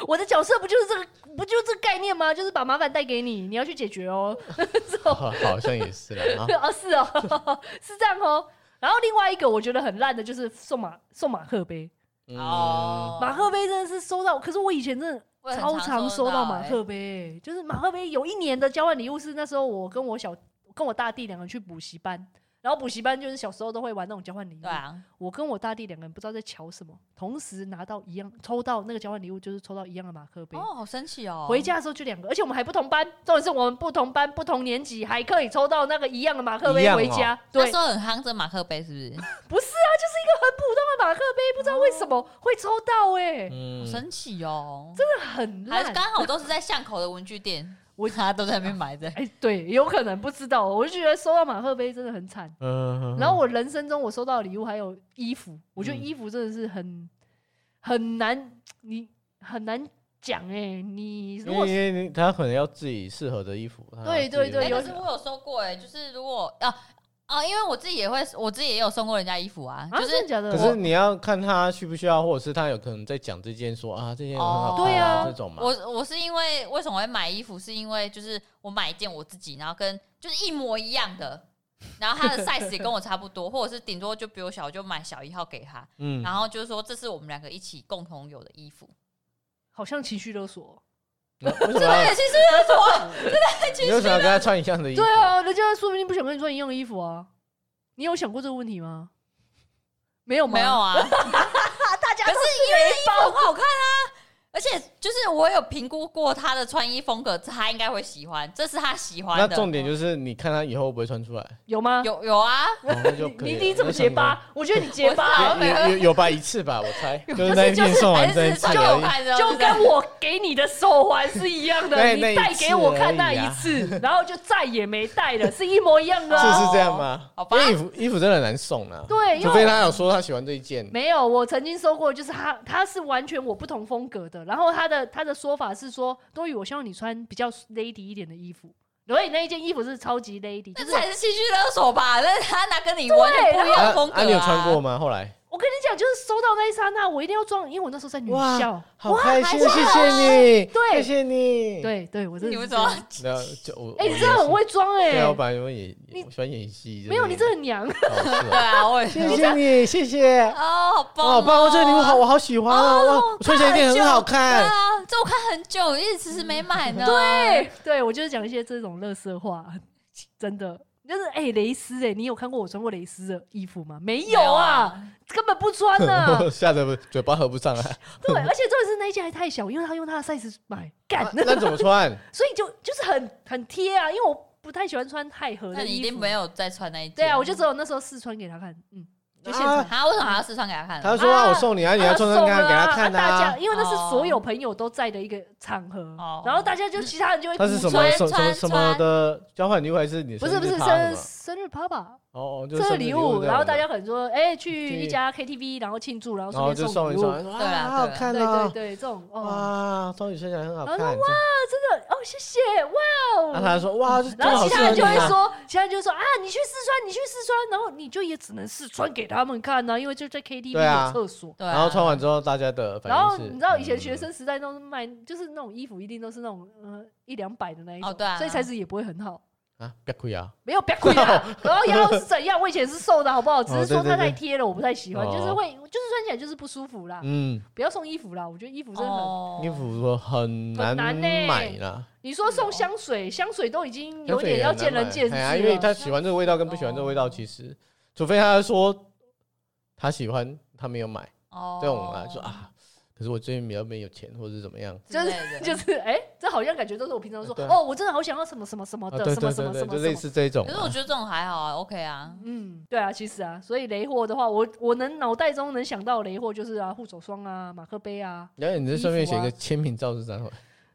B: 我的角色不就是这个，不就是这个概念吗？就是把麻烦带给你，你要去解决哦。 <laughs>
A: 好像也是啦啊，
B: 啊，是哦， <laughs> 是这样哦。然后另外一个我觉得很烂的就是送马送马克杯，
A: 嗯
C: 哦，
B: 马克杯真的是收到，可是我以前真的
C: 我也很
B: 超常收到马
C: 欸
B: 克杯、就是马克杯有一年的交换礼物是那时候我跟我小跟我大弟两个人去补习班，然后补习班就是小时候都会玩那种交换礼物，
C: 对啊，
B: 我跟我大弟两个人不知道在瞧什么，同时拿到一样抽到那个交换礼物，就是抽到一样的马克杯。
C: 哦，好生气哦，
B: 回家的时候就两个，而且我们还不同班，重点是我们不同班、不同年级，还可以抽到那个一样的马克
A: 一
B: 杯
A: 样哦
B: 回家。对
C: 那时，候很夯这马克杯是不是？
B: 不是啊，就是一个很普通的马克杯，不知道为什
C: 哦
B: 么会抽到哎、
A: 嗯
C: 好神奇哦，
B: <laughs> 真的很
C: 还是
B: 烂。
C: 刚好都是在巷口的文具
B: <laughs>
C: 店， <laughs> 我他都在那边买的。
B: 哎、对，有可能不知道，我就觉得收到马克杯真的很惨。
A: 嗯
B: 然后我人生中我收到的礼物还有衣服，我觉得
A: 嗯
B: 衣服真的是很很难，你很难讲哎、你如
A: 因
B: 果
A: 为因为你他可能要自己适合的衣服，他
B: 对
A: 自己
B: 对 <laughs> 对
C: 哎、
A: 的
C: 可是我有收过哎、就是如果啊啊，因为我自己也会，我自己也有送过人家衣服啊，
B: 啊，
C: 就
B: 真
C: 是
B: 的假的？
A: 可是你要看他需不需要，或者是他有可能在讲这件说啊，这件很好看、
B: 对啊
A: 这种嘛，
C: 我我是因为为什么会买衣服，是因为就是我买一件我自己，然后跟就是一模一样的，然后
B: <laughs>
C: 他的 size 也跟我差不多，或者是顶多就比我小，我就买小一号给他，
A: 嗯，
C: 然后就是说这是我们两个一起共同有的衣服。
B: 好像情绪勒索哦。
A: 那为什么要
C: 其实有什么？
A: 你为什么要跟他穿一样的衣服？
B: 对，啊，人家说不定不想跟你穿一样的衣服啊。你有想过这个问题吗？没有吗？
C: 没有啊，
B: <laughs> 大家
C: 可
B: 都
C: 是
B: 是
C: 衣服很好看啊，而且就是我有评估过他的穿衣风格，他应该会喜欢，这是他喜欢
A: 那
C: 的。
A: 重点就是你看他以后会不会穿出来？
B: 有吗？
C: 有有啊，
A: 哦那就
B: 你
A: 可以
B: <laughs> 你
A: 了
B: 你怎么结？巴？我觉得你结巴
C: 我
B: 啊、
C: 是
A: 那想有有有吧，一次吧，我猜，就是
C: 是
A: 那一
C: 就
A: 天
C: 是
A: 送完
C: 还
A: 这一
C: 是
A: 次
C: 就
A: 而已。
C: 看着
B: 就跟我给你的手环是一样
A: <laughs>
B: 的，
A: 那
B: 你
A: 那一
B: 带给我看那一
A: 次啊
B: 次，然后就再也没带了，是一模一样的
A: 是
B: 啊、
A: 是这样吗？
C: 好吧
A: 因为衣服衣服真的很难送啊，
B: 对因为
A: 除非他有说他喜欢这一件，
B: 没有，我曾经收过，就是他他是完全我不同风格的，然后他的他的说法是说，多余，我希望你穿比较 lady 一点的衣服，所以那一件衣服是超级 lady，就是
C: 这才是戏剧勒索吧？那他那跟你完全不一样
A: 啊
C: 的风格
A: 啊，你有穿过吗？后来
B: 我跟你讲，就是收到那一刹那，我一定要装，因为我那时候在女校，
A: 好开心，
C: 还
A: 谢谢你，
B: 对
A: 谢谢你，。
B: 对对，我真的
C: 你
B: 是
C: 为
B: 这
C: 什
B: 样。
C: 么？
A: 然后就我，
B: 哎、
A: 我
B: 你真的很会装哎、
A: 对啊，我本来就会演，
B: 你
A: 我喜欢演戏。哦
B: 没有，你这很娘。
A: 真的
B: <laughs>
C: 对啊，我也
A: 谢谢你，谢谢。
C: 哦，好棒！
A: 哇，好 <laughs> 棒！哦，这个礼物好，我好喜欢啊！
B: 哦
A: 哇，我穿起来一定很好 <laughs>
C: 对
A: 看。
C: 啊，这我看很久，一直迟迟没买呢。
B: 对，对我就是讲一些这种乐色话， <laughs> 真的。就是哎、蕾丝哎、你有看过我穿过蕾丝的衣服吗？没有
C: 没有
B: 啊，
C: 啊
B: 根本不穿啊。
A: 吓得嘴巴合不上啊
B: <laughs>
A: 来。
B: 对，而且重点是那一件还太小，因为他用他的 size 买，干，
A: 啊那怎么穿？
B: 所以就就是很很贴啊，因为我不太喜欢穿太合
C: 那
B: 的
C: 你一
B: 衣
C: 定
B: 服。
C: 没有再穿那一件。
B: 对啊，我就只有那时候试穿给他看，嗯，就现场
A: 啊。
C: 他为什么还要试穿给他看？
A: <laughs> 他说啊，
B: 啊
A: 我送你啊，你要穿穿
B: 送
A: 看，
B: 了
A: 给他看
B: 啊大
A: 啊
B: 家。因为那是所有
C: 哦
B: 朋友都在的一个场合
C: 哦，
B: 然后大家就其他人就会
A: 他是
B: 补
A: 什么
B: 穿
A: 什么什么
C: 穿
A: 什么的交换礼物还是你
B: 不
A: 生
B: 是
A: 日
B: 不是
A: 趴
B: 生
A: 什么
B: 生日趴吧？
A: 哦哦，就
B: 生日礼物，
A: 这样
B: 然后大
A: 子
B: 家可能说，哎，去
A: 去
B: 一家 KTV，然后庆祝，然后
A: 然后
B: 顺
A: 就
B: 便
A: 送
B: 礼
A: 一
B: 物
A: 送，，啊
C: 对啊
A: 好好看
B: 对对
A: 哦，
B: 对，这种哦，
A: 哇，终于穿起来很好看。
B: 然
A: 这
B: 后
A: 样
B: 那真的哦，谢谢，哇
A: 那
B: 哦，
A: 他说哇，这真
B: 然
A: 的
B: 后
A: 好
B: 其
A: 适
B: 他
A: 合
B: 人
A: 你
B: 就会
A: 啊。
B: 说，其他人就说啊，你去试穿，你去试穿，然后你就也只能试穿给他们看啊呢、因为就在 KTV
A: 对啊
B: 有厕所。
C: 对啊，
A: 然后穿完之后，大家的反
B: 然
A: 应
B: 后
A: 是
B: 你知道以前学
A: 嗯
B: 生时代都是卖，就是那种衣服一定都是那种呃一两百的那一种，
C: 哦对啊
B: 所以 size 也不会很好。
A: 啊，不要亏啊，
B: 没有，不要亏
A: <laughs>
B: 啦。然后腰是怎样？我以前是瘦的，好不好？只是说
A: 哦对对
B: 它太
A: 对
B: 贴了，我不太喜欢，
A: 哦
B: 就是会，就是穿起来就是不舒服啦。
A: 嗯，
B: 不要送衣服啦，我觉得衣服真的很
C: 哦
A: 衣服说很欸难
B: 很难呢
A: 买啦，
B: 你说送香水，香水都已经
A: 哦香
B: 有
A: 水
B: 点
A: 也
B: 要
A: 很难
B: 见
A: 买
B: 仁见智
A: 哎
B: 啊哦
A: 呀
B: 了。
A: 因为他喜欢这个味道跟不喜欢这个味道，其实除非他说他喜欢，他没有买
C: 哦
A: 这种啊，说啊，可是我最近比较没有钱或者是怎么样，
C: 之
B: 就是
C: 类的
B: <laughs> 就是，哎、这好像感觉都是我平常说，
A: 对啊
B: 哦，我真的好想要什么什么什么
A: 啊
B: 的，
A: 对
B: 什
A: 对
B: 么哦什
A: 对
B: 么
A: 对，
B: 什
A: 就
B: 么
A: 类
B: 什么。
A: 似这种
C: 可是我
A: 啊，
C: 觉得这种还好啊，OK 啊，
B: 嗯，对啊，其实啊，所以雷货的话，我我能脑袋中能想到雷货就是啊，护手霜啊，马克杯啊，
A: 然哎后你这
B: 衣
A: 顺便
B: 服
A: 写
B: 啊
A: 个签名照是啥？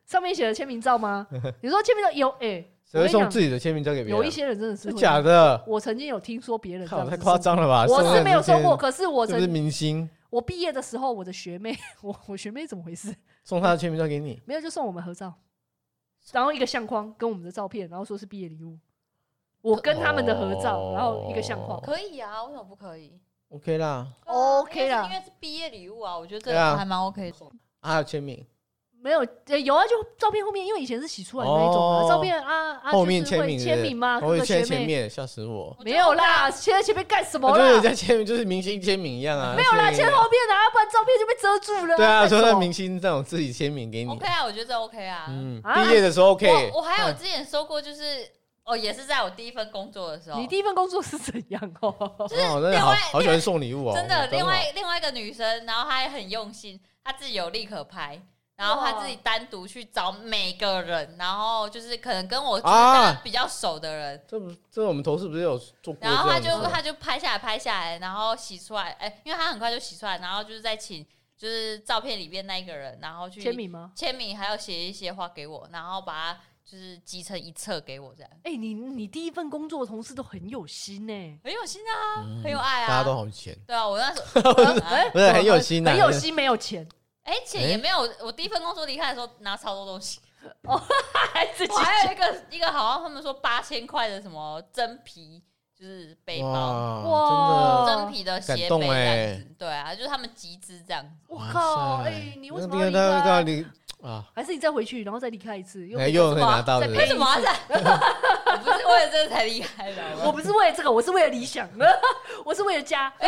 B: 上面写的签名照吗？ <laughs> 你说签名照有哎、
A: 谁会
B: 我跟你
A: 送
B: 讲，
A: 自己的签名照给别人？
B: 有一些人真的是
A: 是
B: 会
A: 假。啊的，
B: 我曾经有听说别人这
A: 靠，
B: 样
A: 太
B: 子
A: 夸张了吧？
B: 送我，
A: 送
B: 我是
A: 人
B: 没有
A: 之前
B: 收过，可是我
A: 是不是
B: 曾
A: 明星
B: 我毕业的时候，我的学妹， <laughs> 我我学妹怎么回事？
A: 送他的签名照给你？
B: 没有，就送我们合照，然后一个相框跟我们的照片，然后说是毕业礼物。我跟他们的合照，
A: 哦
B: 然后一个相框。
C: 可以啊，为什么不可以
A: OK 啦，
B: OK 啦
C: 啊因为是毕业礼物啊，我觉得这
A: 对啊
C: 个还蛮 OK 的。
A: 啊，还有签名，
B: 没有，呃有啊，就照片后面，因为以前是洗出来的那一种啊，
A: 哦
B: 照片啊啊，
A: 后面
B: 就是
A: 签
B: 会
A: 名是不是
B: 签名嘛，各
A: 我
B: 个
A: 签
B: 学
A: 前
B: 妹
A: 面，吓死我！
B: 没有啦，签在前面干什
A: 我
B: 么
A: 觉得人
B: 啦？
A: 家签名就是明星签名一样啊，
B: 没有啦，
A: 签名
B: 签后面的啊，不然照片就被遮住了。
A: 对啊，
B: 干
A: 说
B: 什
A: 到
B: 么
A: 明星这种自己签名给你
C: ，OK，啊，我觉得这 OK 啊。
A: 嗯，
B: 啊
A: 毕业的时候 OK，
C: 我我还有之前收过，就是哦，也是在我第一份工作的时候，
B: 你第一份工作是怎 <laughs> 样哦？
A: 哦，真的
C: 另
A: 好
C: 外
A: 好喜欢送礼物哦，
C: 真的
A: 好
C: 另外另外一个女生，然后她也很用心，她自己有立可拍，然后他自己单独去找每个人，然后就是可能跟我就是
A: 啊
C: 大家比较熟的人，
A: 这不这我们同事不是有做过这
C: 然后他
A: 样子
C: 就
A: 吗？
C: 他就拍下来拍下来，然后洗出来，哎、因为他很快就洗出来，然后就是再请就是照片里面那一个人，然后去
B: 签名吗？
C: 签名，还要写一些话给我，然后把它就是集成一册给我，这样
B: 哎、你你第一份工作的同事都很有心呢、
C: 很有心啊，很有爱啊，
A: 嗯大家都好钱，
C: 对啊，我那时候我那哎
A: <laughs> 不是很有心呐，
B: 很有心没有钱，
C: 哎，且也没有，我第一份工作离开的时候拿超多东西，
B: 还 <laughs> 自己
C: 我还有一个一个好像他们说八千块的什么真皮就是背包，
A: 哇，
B: 哇
A: 真的。
C: 真皮的斜
A: 感
C: 背
A: 动
C: 这样
A: 欸
C: 子，对啊，就是他们集资这样子。
B: 我
A: 哇
B: 靠！
A: 塞
B: 哎、你为什么
A: 那那
B: 要离
A: 那那
B: 开？
A: 你啊，
B: 还是你再回去，然后再离开一次？又
A: 哎又会拿到
B: 再
A: 的
B: 配
C: 为什么啊？我不是为了这个才离开的，好
B: 我
C: 不
B: 不是为了这个，我是为了理想， <laughs> 我是为了家。 <laughs>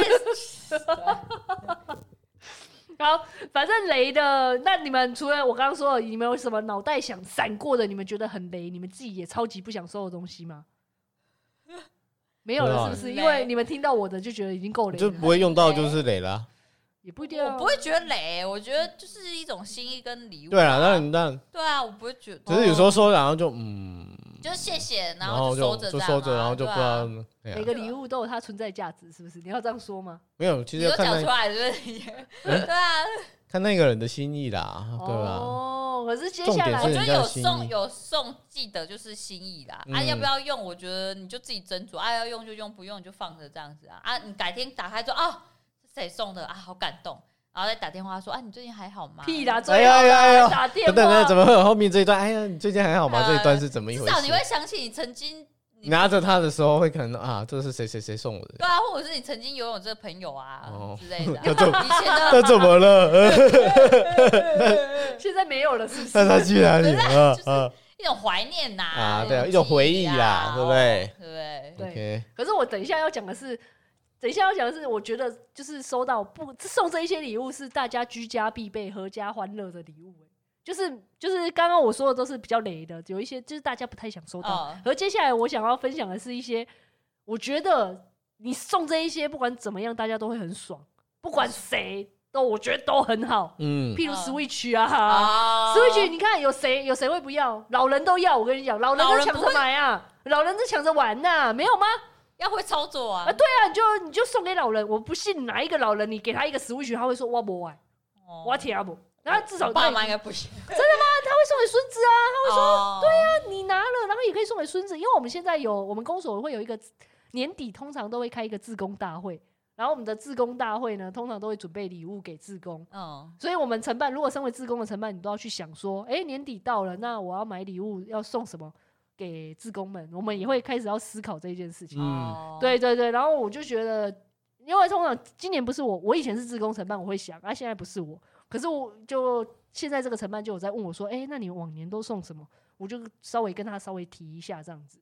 B: 好，反正雷的，那你们除了我刚刚说的，你们有什么脑袋想闪过的？你们觉得很雷，你们自己也超级不想收的东西吗？没有了，是不是？
C: 没有
B: 因为你们听到我的就觉得已经够雷
A: 啊就
B: 了，
A: 不会用到就是累了啊。
B: <laughs> 也不一定
C: 好
B: 啊。
C: 我不会觉得累，我觉得就是一种心意跟礼物。
A: 对啊，那你那
C: 对啊，我不会觉得，哦
A: 只是有时候收，然后就嗯，
C: 就是谢谢，
A: 然
C: 后
A: 就
C: 收着这
A: 就
C: 样啊，
A: 收着，然后就不知道
C: 对啊。。
A: 哎呀
B: 每个礼物都有它存在价值，是不是？你要这样说吗？
A: 没有，其
C: 你
A: 实要
C: 都
A: 看
C: 讲出
A: 那嗯
C: 来，是不是？对啊，
A: 看那个人的心意啦，对吧？
B: 哦，可是接下
A: 重点
B: 来
A: 是
C: 我觉
A: 人
C: 得有
A: 家的心
C: 送
A: 意
C: 有送寄的就是心意啦。啊，
A: 嗯
C: 要不要用？我觉得你就自己斟酌，啊，要用就用，不用就放着这样子啊。啊，你改天打开说啊，是谁送的啊？好感动，然后再打电话说啊，你最近还好吗？
B: 屁啦，最
A: 哎呀
B: 好
A: 哎呀哎
B: 啦
A: 呀
B: 打电话。
A: 等等等，怎么会有后面这一段？哎呀，你最近还好吗？
C: 呃
A: 这一段是怎么一
C: 至
A: 回
C: 少你会
A: 事？
C: 想起你曾经，你
A: 拿着它的时候会可能啊，这是谁谁谁送我的？
C: <laughs> 对啊，或者是你曾经拥有这个朋友啊、
A: 哦
C: 之类
A: <laughs>
C: 的啊、
A: 那怎
C: 以前的
A: 那怎么了？呃
B: 现在没有了，是不
A: 那
B: 是？
A: 他去哪里
C: <laughs>
A: 了？
C: 就是
A: 啊
C: <laughs> 一种怀念呐、
A: 啊
C: 种
A: 对啊一种
C: 记忆
A: 回忆啦对不对
C: 哦对不
B: 对
C: 对？
A: ，OK，
B: 可是我等一下要讲的是，等一下要讲的是，我觉得就是收到不送这一些礼物是大家居家必备、阖家欢乐的礼物、欸就是就是刚刚我说的都是比较雷的，有一些就是大家不太想收到。
C: 哦
B: 而接下来我想要分享的是一些，我觉得你送这一些不管怎么样，大家都会很爽，不管谁都我觉得都很好。
A: 嗯，
B: 譬如
C: 嗯
B: Switch 啊。
C: 啊
B: Switch，你看有谁有谁会不要？老人都要，我跟你讲，老人
C: 老
B: 都
C: 人
B: 抢
C: 不
B: 着
C: 会
B: 买啊，老人都抢着玩呐、没有吗？
C: 要会操作啊
B: 啊，对啊，你就你就送给老人，我不信哪一个老人，你给他一个 Switch，他会说我不玩，
C: 哦
B: 我听不。然后至少
C: 我
B: 他
C: 爸
B: 也
C: 妈应该不行。
B: 他会送给孙子啊，
C: 他会说，对啊，
B: 你拿了，然后也可以送给孙子，因为我们现在有我们公所会有一个年底通常都会开一个志工大会，然后我们的志工大会呢，通常都会准备礼物给志工。
A: 哦
C: 嗯，
B: 所以，我们承办如果身为志工的承办，你都要去想说，哎、年底到了，那我要买礼物，要送什么给志工们？我们也会开始要思考这件事情。
A: 嗯
C: 哦，
B: 对对对，然后我就觉得，因为通常今年不是我，我以前是志工承办，我会想，啊，现在不是我，可是我就现在这个承办就有在问我说，哎、那你往年都送什么？我就稍微跟他稍微提一下这样子。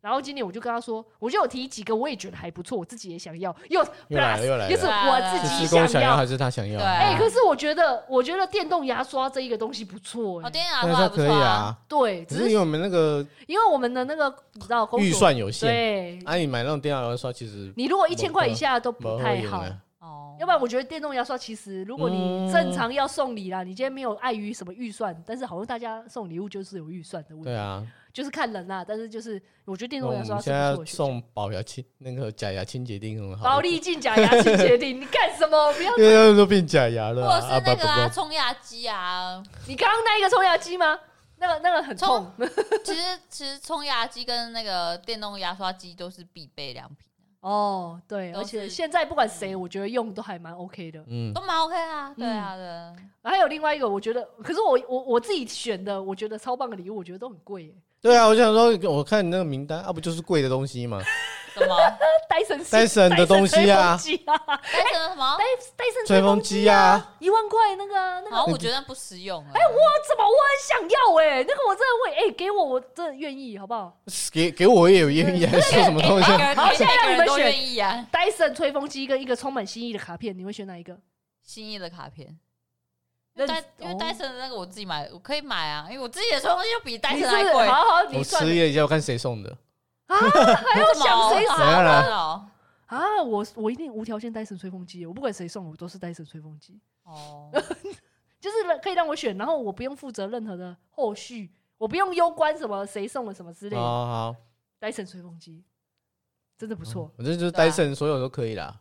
B: 然后今年我就跟他说，我就有提几个，我也觉得还不错，我自己也想要，又
A: 又来了
B: plus，
A: 又来了
B: 又是我自
C: 是
B: 己
A: 是工
B: 想
A: 想要
B: 要。
A: 还是他想要？
C: 对
B: 哎、
C: 啊
B: 可是我觉得，我觉得电动牙刷这一个东西不错、哎
C: 哦，电脑
A: 但是
C: 还
A: 他
C: 不
A: 可
C: 错
A: 以，啊，
B: 对，
A: 只
B: 只
A: 是因
B: 是
A: 为我们那个
B: 因为我们的那个你知道工作
A: 预算有限，
B: 对，
A: 啊，你买那种电脑牙刷其实
B: 你如果一千块以下都
A: 不
B: 不
A: 会
B: 太
A: 用
B: 好，
A: 啊
C: 哦，
B: 要不然我觉得电动牙刷其实，如果你
A: 嗯
B: 正常要送礼啦，你今天没有碍于什么预算，但是好像大家送礼物就是有预算的问
A: 对
B: 题，
A: 啊，
B: 就是看人啦。但是就是我觉得电
A: 那
B: 动
A: 我们
B: 牙刷是
A: 现
B: 不
A: 在
B: 错的选择。
A: 送保牙清那个假牙清洁定很好，
B: 保利进假牙清洁定，你干什么？不要！
A: 因为他们都变假牙了
C: 或者
A: 啊，
C: 是
A: 啊
C: 那
A: 不
C: 个啊，
A: 不
C: 冲牙机啊， <laughs>
B: 你刚刚那一个冲牙机吗？那个那个很痛，
C: 其实其实冲牙机跟那个电动牙刷机都是必备良品，
B: 哦，对，
C: 都
B: 而且
C: 是
B: 现在不管谁，我觉得用都还蛮 OK 的。
A: 嗯
C: 都蛮 OK 啊，对啊，对啊。
B: 还有另外一个，我觉得，可是我我我自己选的，我觉得超棒的礼物，我觉得都很贵耶。
A: 对啊，我想说，我看你那个名单啊，不就是贵的东西嘛？
C: 什
B: <laughs>
C: 么？
B: 戴森
A: 戴森的东西啊
B: 吹风机啊，
C: 但是什么？
B: 戴森
A: 吹风机啊，
B: 一万块那个啊，那个
C: 然后我觉得不实用啊。
B: 怎么我很想要哎、那个我真的会哎、给我我真的愿意好不好？
A: 给给我也有愿意，还说什么东西？啊
C: 每个人
B: 好
C: 每
B: 现在让
C: 个
B: 你
C: 人
B: 们
C: 都
B: 选
C: 愿意啊。
B: 戴森吹风机跟一个充满心意的卡片，你会选哪一个？
C: 心意的卡片。因
B: 认
C: 为
B: 哦
C: 戴因为戴森的那个我自己买，我可以买啊，因为我自己的东西就比戴
B: 你
C: 森
B: 是
C: 还
B: 不
C: 贵
B: 是。好好
A: 我
B: 你算
A: 迟疑了一下，我看谁送的。
B: 啊？还要想谁
A: 怎样啦
C: 了？
B: 啊？我我一定无条件戴森吹风机，我不管谁送我都是戴森吹风机。
C: 哦，
B: 就是可以让我选，然后我不用负责任何的后续，我不用攸关什么谁送了什么之类的。
A: 啊好好，
B: 戴森吹风机真的不错，
A: 我这就是
C: 对啊
A: 戴森所有都可以啦。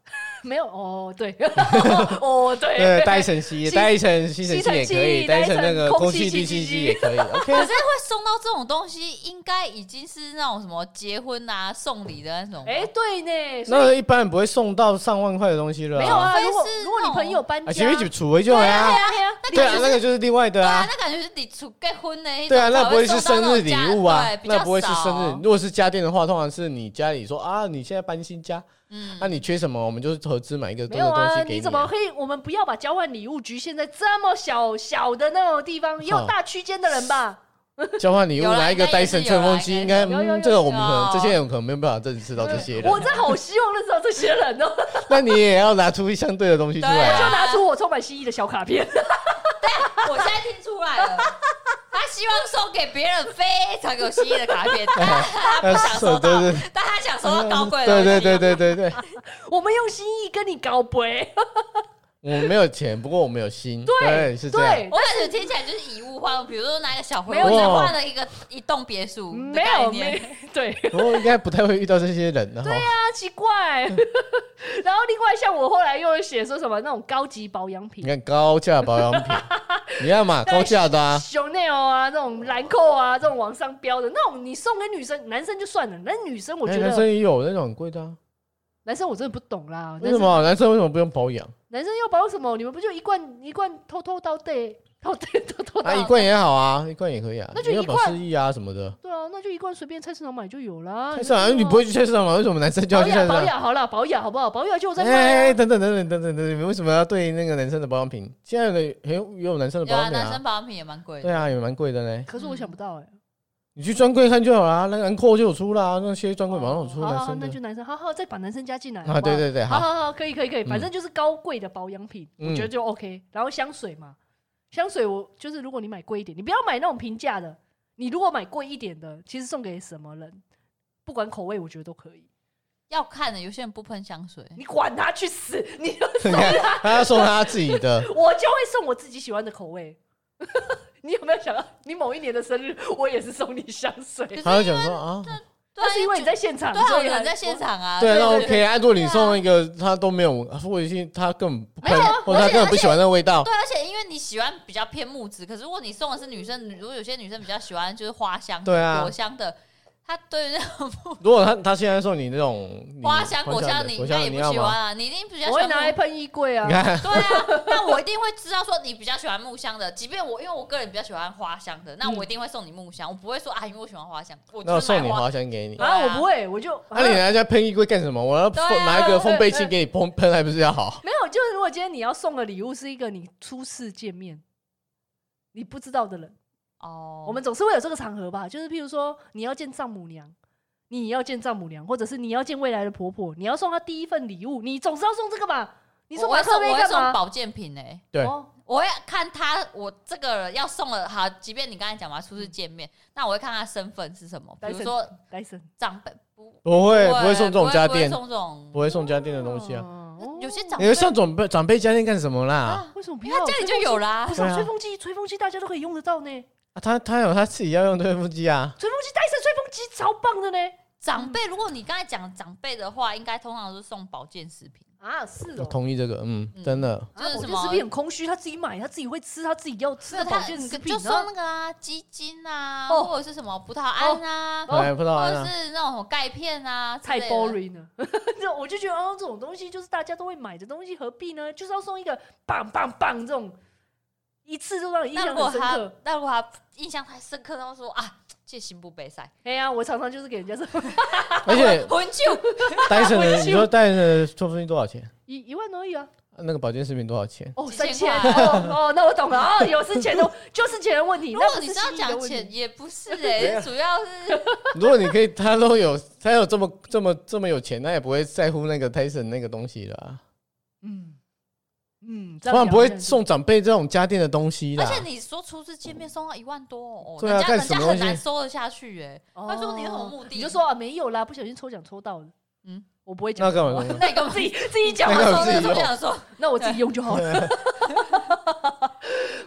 B: 没有哦，对， <laughs> 哦对，
A: 对，戴森吸，
B: 吸
A: 戴森吸尘器也可以，
B: 吸尘
A: 戴
B: 器
A: 森那个
B: 空
A: 空
B: 气
A: 气
B: 清
A: 滤
B: 新
A: 净
B: 机
A: 机也可以。OK，
C: <laughs> 可是会送到这种东西，应该已经是那种什么结婚啊、送礼的那种。
B: 哎、
A: 哦
B: 对呢，所以
A: 那一般人不会送到上万块的东西了。
B: 没有啊，
C: 除非
B: 如果
C: 是
B: 如果你
C: 那种
B: 朋友搬
A: 啊，
B: 家，
A: 前面一起除回就好
B: 对
A: 呀。
B: 啊对啊
A: 对啊，那个就是另外的
C: 对
A: 啊
C: 啊，。那感觉是你出结婚的一种
A: 对啊，那
C: 才
A: 不会是
C: 送
A: 生
C: 到那
A: 日
C: 种
A: 礼
C: 家
A: 物啊
C: 对，比较
A: 那不会是
C: 少
A: 生日。如果是家电的话，通常是你家里说啊，你现在搬新家，
C: 嗯
B: <laughs>
A: 那你缺什么，我们就投资买一个
B: 没
A: 多
B: 有
A: 的东
B: 啊，
A: 西给
B: 你
A: 你
B: 怎么
A: 啊。
B: 可以？我们不要把交换礼物局限在这么小小的那种地方，也有
A: 好
B: 大区间的人吧？
A: 交换礼物
C: 有啦
A: 拿一个
C: 应该
A: 戴
C: 也是
A: 森
C: 有
A: 吹
C: 啦
A: 风机，
C: 应
A: 应
C: 该
A: 该
B: 是有有有
A: 嗯，这个我们可能
C: 有
A: 这些人可能没有办法认识到这些人。啊
B: 我真好希望认识到这些人哦，
A: <laughs> 那你也要拿出相对的东西出来
C: 对
B: 就
C: 啊
A: 啊。
B: 拿出我充满心意的小卡片。 <laughs>
C: 我现在听出来了，他希望送给别人非常有新意的卡
A: <laughs>
C: 片，但他不想收到 <laughs>
A: 对对，
C: 但他想收
A: <laughs>
C: 到高贵的。
A: 对对对，对对
C: <laughs>
A: 对，
B: 我们用心意跟你告白，
A: 我没有钱，不过我们有心。
B: 对
A: 是这样。
B: 对，
C: 我感觉听起来就是以物换物，比如说拿一个小灰
B: 没有
C: 我只
A: 哇
C: 换了一个一栋别墅
A: 嗯
C: 的
B: <laughs> 没
C: 概
B: 有
C: 念，
B: 没
A: <laughs>
B: 对，
A: 不过应该不太会遇到这些人的哈。
B: 啊奇怪。 <laughs> 然后另外像我后来又有写说什么那种高级保养
A: 你
B: 品。
A: 看高价保
C: <laughs>
A: 养品，你看嘛，高价的啊，
B: Chanel 啊，那种兰蔻啊，这种往上飙的那种，你送给女生、男生就算了，那女生我
A: 哎
B: 觉得
A: 男生也有那种很贵的啊。
B: 男生我真的不懂啦，
A: 为什
B: 男生
A: 么啊男生为什么不用保养？
B: 男生要保什么？你们不就一罐一罐偷偷到对到对到偷
A: 啊，
B: 到？
A: 一罐也好啊，一罐也可以啊。
B: 那就
A: 你
B: 一
A: 要保
B: 罐
A: 湿液啊什么的。
B: 对啊，那就一罐随便菜市场买就有啦。
A: 菜市场，你不会去菜市场吗？为什么男生就要
B: 嗯保
A: 去菜
B: 养
A: 市
B: 保
A: 场？
B: 养好了，保养好不好？保养就我在卖
A: 哎，
B: 啊。
A: 等等等等等等等，你们为什么要对那个男生的保养品？现在的也有也有男生的
C: 有
A: 保
C: 啊，
A: 养品
C: 男生
A: 啊，
C: 保养品也蛮贵
A: 对
C: 的。
A: 啊，也蛮贵的嘞。
B: 可是我想不到哎。
A: 你去专柜看就好啦，那个兰蔻就有出啦，那些专柜马上有出
B: 好好
A: 男
B: 好，
A: 生
B: 那
A: 的
B: 就男生，好好再把男生加进来。好
A: 啊，
B: 不好
A: 对，对对，
B: 好
A: 好，
B: 好好，可以可以可以，
A: 嗯
B: 反正就是高贵的保养品，
A: 嗯
B: 我觉得就 OK。然后香水嘛，香水我就是如果你买贵一点，你不要买那种平价的，你如果买贵一点的，其实送给什么人，不管口味，我觉得都可以。
C: 要看的，有些人不喷香水，
B: 你管他去死，你就
A: 你看嗯 <laughs> 他要送他自己
B: <laughs>
A: 的，
B: 我就会送我自己喜欢的口味。 <laughs> 你有没有想到，你某一年的生日，我也是送你香水？
C: 可是
A: 他就想说啊，
C: 对啊
B: 那是因为你在现场，
C: 对啊，
B: 所
C: 我
B: 以
C: 人
B: 很
C: 在现。场啊，
A: 对啊，
C: 所以
A: 那
C: 我
A: OK 啊。如果你送一个他都没有闻，或者是他根本不
C: 没
A: 喷
C: 有啊，
A: 或者他
C: 而且
A: 根本不喜欢那个味道，
C: 对，而且因为你喜欢比较偏木质，可是如果你送的是女生，如果有些女生比较喜欢就是花香、
A: 对啊
C: 果香的，她对那种
A: 如果他他现在送你那种你
C: 花香、果香，
A: 的
C: 你
A: 果
C: 应该
A: 香
C: 也
A: 你
C: 不
A: 要
C: 喜欢
A: 吗？
C: 啊，你一定比较喜
B: 我会
C: 欢
B: 拿来
C: 木。
B: 喷衣柜啊
A: 你，看，
C: 对啊，那我一定会知道说你比较喜欢木香的，即便我因为我个人比较喜欢花香的，那我一定会送你木香，我不会说啊，因为我喜欢花香，我
A: 那我
C: 就是
A: 送
C: 买
A: 你
C: 花。
A: 花香给你
C: 对。
B: 啊，
C: 啊
B: 我不会，我就
A: 那你
B: 啊
A: 拿家喷衣柜干什么？我要
C: 对啊
A: 封拿一个
B: 对
A: 烘
B: 对
A: 焙器给你喷喷，还不是要好？
C: 啊
B: 没有，就是如果今天你要送的礼物是一个你初次见面，你不知道的人，
C: 哦，
B: 我们总是会有这个场合吧？就是譬如说你要见丈母娘，你要见丈母娘，或者是你要见未来的婆婆，你要送她第一份礼物，你总是要送这个吧？你送
C: 我会
B: 马克
C: 送
B: 杯
C: 我会
B: 干
C: 送
B: 嘛？
C: 保健品欸诶、
A: 对
B: 哦
C: 我会看他，我这个人要送了好，即便你刚才讲嘛，初次见面，那我会看他身份是什么，
B: 嗯
C: 比
B: 单身
C: 如说
B: 戴森
C: 长辈不
A: 不会不会送这种家
C: 不会
A: 电，
C: 送这种
A: 不会送家电的东西啊。
B: 啊
C: 有些长
A: 你
C: 辈
A: 会送长辈长辈家电干什么啦？
C: 啊，
B: 为什么不
C: 因为
B: 要？
C: 他家里就有啦
B: 不。是啊
A: 对啊
B: 吹风机，吹风机大家都可以用得到呢。
A: 啊他他有他自己要用的吹风机啊。
B: 吹风机，戴森吹风机超棒的呢。
C: 长辈，如果你刚才讲长辈的话，应该通常是送保健食品，
B: 啊，是
A: 我
B: 哦。
A: 同意这个，嗯
C: 嗯，
A: 真的。
B: 啊
C: 就是
B: 保
C: 什
B: 健
C: 么
B: 食品很空虚，他自己买，他自己会吃，他自己要吃的保
C: 他
B: 健食品
C: 就送
B: 啊
C: 那。个啊，鸡精啊，
B: 哦
C: 或者是什么葡萄胺啊，
B: 哦
A: 本来不知道
C: 或
A: 安
C: 者
A: 啊，
C: 是那种钙片啊之类
B: 太
C: 的，
B: boring 了， <laughs> 这我就觉得哦，这种东西就是大家都会买的东西，何必呢？就是要送一个棒棒棒这种，一次就让你印
C: 那如
B: 象
C: 果
B: 很深
C: 他
B: 刻。，
C: 那如果他印象太深刻，他说啊，这心不被塞，
B: 哎呀，我常常就是给人家说
A: 而且
C: 魂就
A: 戴
C: <laughs>
A: 森
B: 我
A: 的，
B: 去
A: 你说戴森的吹风机多少钱？
B: 一一万而已啊，
A: 那个保健食品多少钱？ <laughs>
B: 哦，
C: 几
B: 三
C: 千
B: 千，
C: 块
B: 哦哦，那我懂了哦，有是钱的， <laughs> 就是钱的问题，
C: 如
B: 那
C: 果
B: 不
C: 你
B: 是
C: 是要
B: 心意的
C: 讲
B: 问题
C: 钱，。也
B: <laughs>
C: 不是
A: 对
C: 哎、
A: 啊
C: 主要是
A: 如果你可以，他都有，他有这么这么这么有钱，他也不会在乎那个 Tyson 那个东西的、啊，
B: 嗯嗯，这
A: 不
B: 样
A: 然不会
B: 讲
A: 送长辈这种家电的东西
C: 而
A: 啦。
C: 且你说初次见面送到一万多哦，
A: 对啊
C: 人家
A: 干
C: 人
A: 什
C: 家
A: 么
C: 很
A: 东西
C: 难收得下去哎、
B: 哦
C: 他说你有什么目的
B: 你就说啊没有啦，不小心抽奖抽到的。嗯
C: 嗯，
B: 我不会讲。
A: 那干
B: <laughs>
A: 嘛？
C: 那个
B: 自己自己讲
A: 那干
C: 讲
B: 嘛，
A: 嘛
B: <laughs>
C: 完
A: 自己用
C: 收那 <laughs> 个抽奖说，
B: 那我自己用就好了。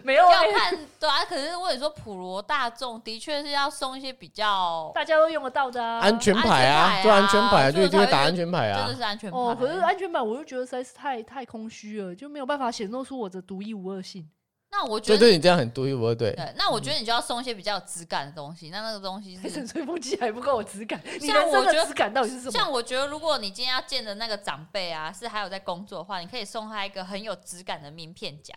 B: 没有、
C: 要
B: 欸，
C: 看对啊。可是我也说，普罗大众的确是要送一些比较
B: 大家都用得到的啊。
A: <laughs> 安全牌啊，对安全牌啊，就一定会打安全牌
C: 真的
A: 啊。
C: 是安全牌。
B: 哦，可是安全版我又觉得实在是太太空虚了，就没有办法显露出我的独一无二 <laughs> 性。
C: 那我觉
A: 就
C: 得
A: 对你这样很独一无二，对，
C: 对，那我觉得你就要送一些比较有质感的东西。那那个东西
B: 黑神哎
C: 是，
B: 吹风机还不够有质感，你
C: 像
B: 人生
C: 我觉
B: 的
C: 得
B: 质感到底是什么？
C: 像我觉得，如果你今天要见的那个长辈啊，是还有在工作的话，你可以送他一个很有质感的名片夹。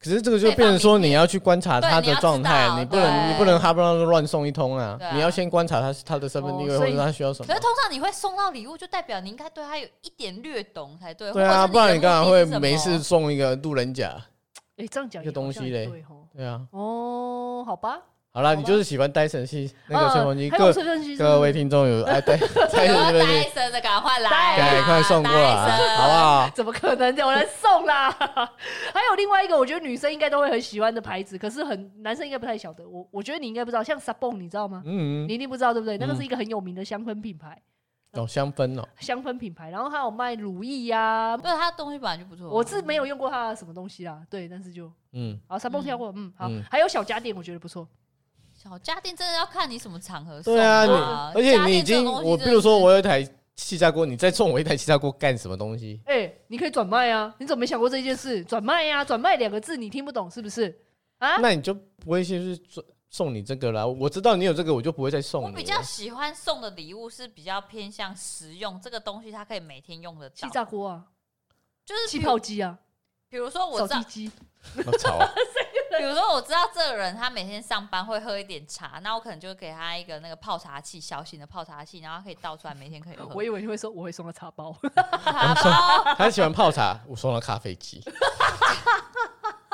A: 可是这个就变成说你要去观察他的状态，你
C: 对你要知道
A: 不能
C: 对
A: 你不能哈不啷乱送一通啊
C: 对，啊
A: 你要先观察他他的身份地位或
B: 哦所以
A: 者他需要什
C: 可
A: 么
C: 是。通常你会送到礼物，就代表你应该对他有一点略懂才对。
A: 对啊，
C: 或者是
A: 不然你干嘛会
C: 的目的是什么
A: 没事？送一个路人甲？
B: 哎、这样讲
A: 这
B: 也好
A: 东
B: 像
A: 西
B: 也
A: 嘞
B: 对吼
A: 对啊，
B: 哦，好吧，
A: 好啦，
B: 好吧
A: 你就是喜欢戴森系那
C: 哦
A: 个吹风机，
B: 嗯还有
A: 各
B: 吹风机是不是
A: 各位听众
C: <laughs>
A: 有哎对，戴森吹
C: 有
A: 风
C: 戴
A: 机，
C: <laughs> 森的赶快来啊，
A: 赶快送过
C: 戴森
A: 来，好不？好？
B: 怎么可能有人送啦？ <laughs> 还有另外一个，我觉得女生应该都会很喜欢的牌子，可是很男生应该不太晓得。我我觉得你应该不知道，像 Sabon 你知道吗？
A: 嗯，
B: 你一定不知道对不对？那个
A: 嗯
B: 是一个很有名的香氛品牌，
A: 有香氛哦，
B: 香氛品牌，然后还有卖乳液啊呀、
C: 不是，他的东西本来就不错。
B: 我是没有用过它的什么东西啦，对，但是就
A: 嗯，
B: 好，Sabon 跳过，嗯，好
A: 嗯，
B: 还有小家电，我觉得不错。
C: 小家电真的要看你什么场合送
A: 对啊，你
C: 啊，
A: 而且
C: 家
A: 你已
C: 电这种
A: 经
C: 东西
A: 我
C: 真
A: 比
C: 的
A: 如说
C: 是
A: 我有一台气炸锅，你再送我一台气炸锅干什么东西？
B: 哎、你可以转卖啊！你怎么没想过这件事？转卖呀、转卖两个字你听不懂是不是？啊，
A: 那你就不会就是送送你这个啦。我知道你有这个，我就不会再送
C: 我
A: 你了。
C: 比较喜欢送的礼物是比较偏向实用，这个东西它可以每天用得
B: 气
C: 到。
B: 炸锅啊，
C: 就是
B: 气
C: 比如
B: 泡，机啊，
C: 比如说我
B: 扫
C: 知道
B: 地，机，
A: 我操，
C: <laughs> 比如说我知道这个人他每天上班会喝一点茶，那我可能就给他一个那个泡茶器，小型的泡茶器，然后可以倒出来，每
A: <laughs>
C: 天可以喝。
B: 我以为你会说我会送他茶包，
C: 茶包，
A: 他喜欢泡茶，我送了咖啡
C: <laughs>
A: 机。咖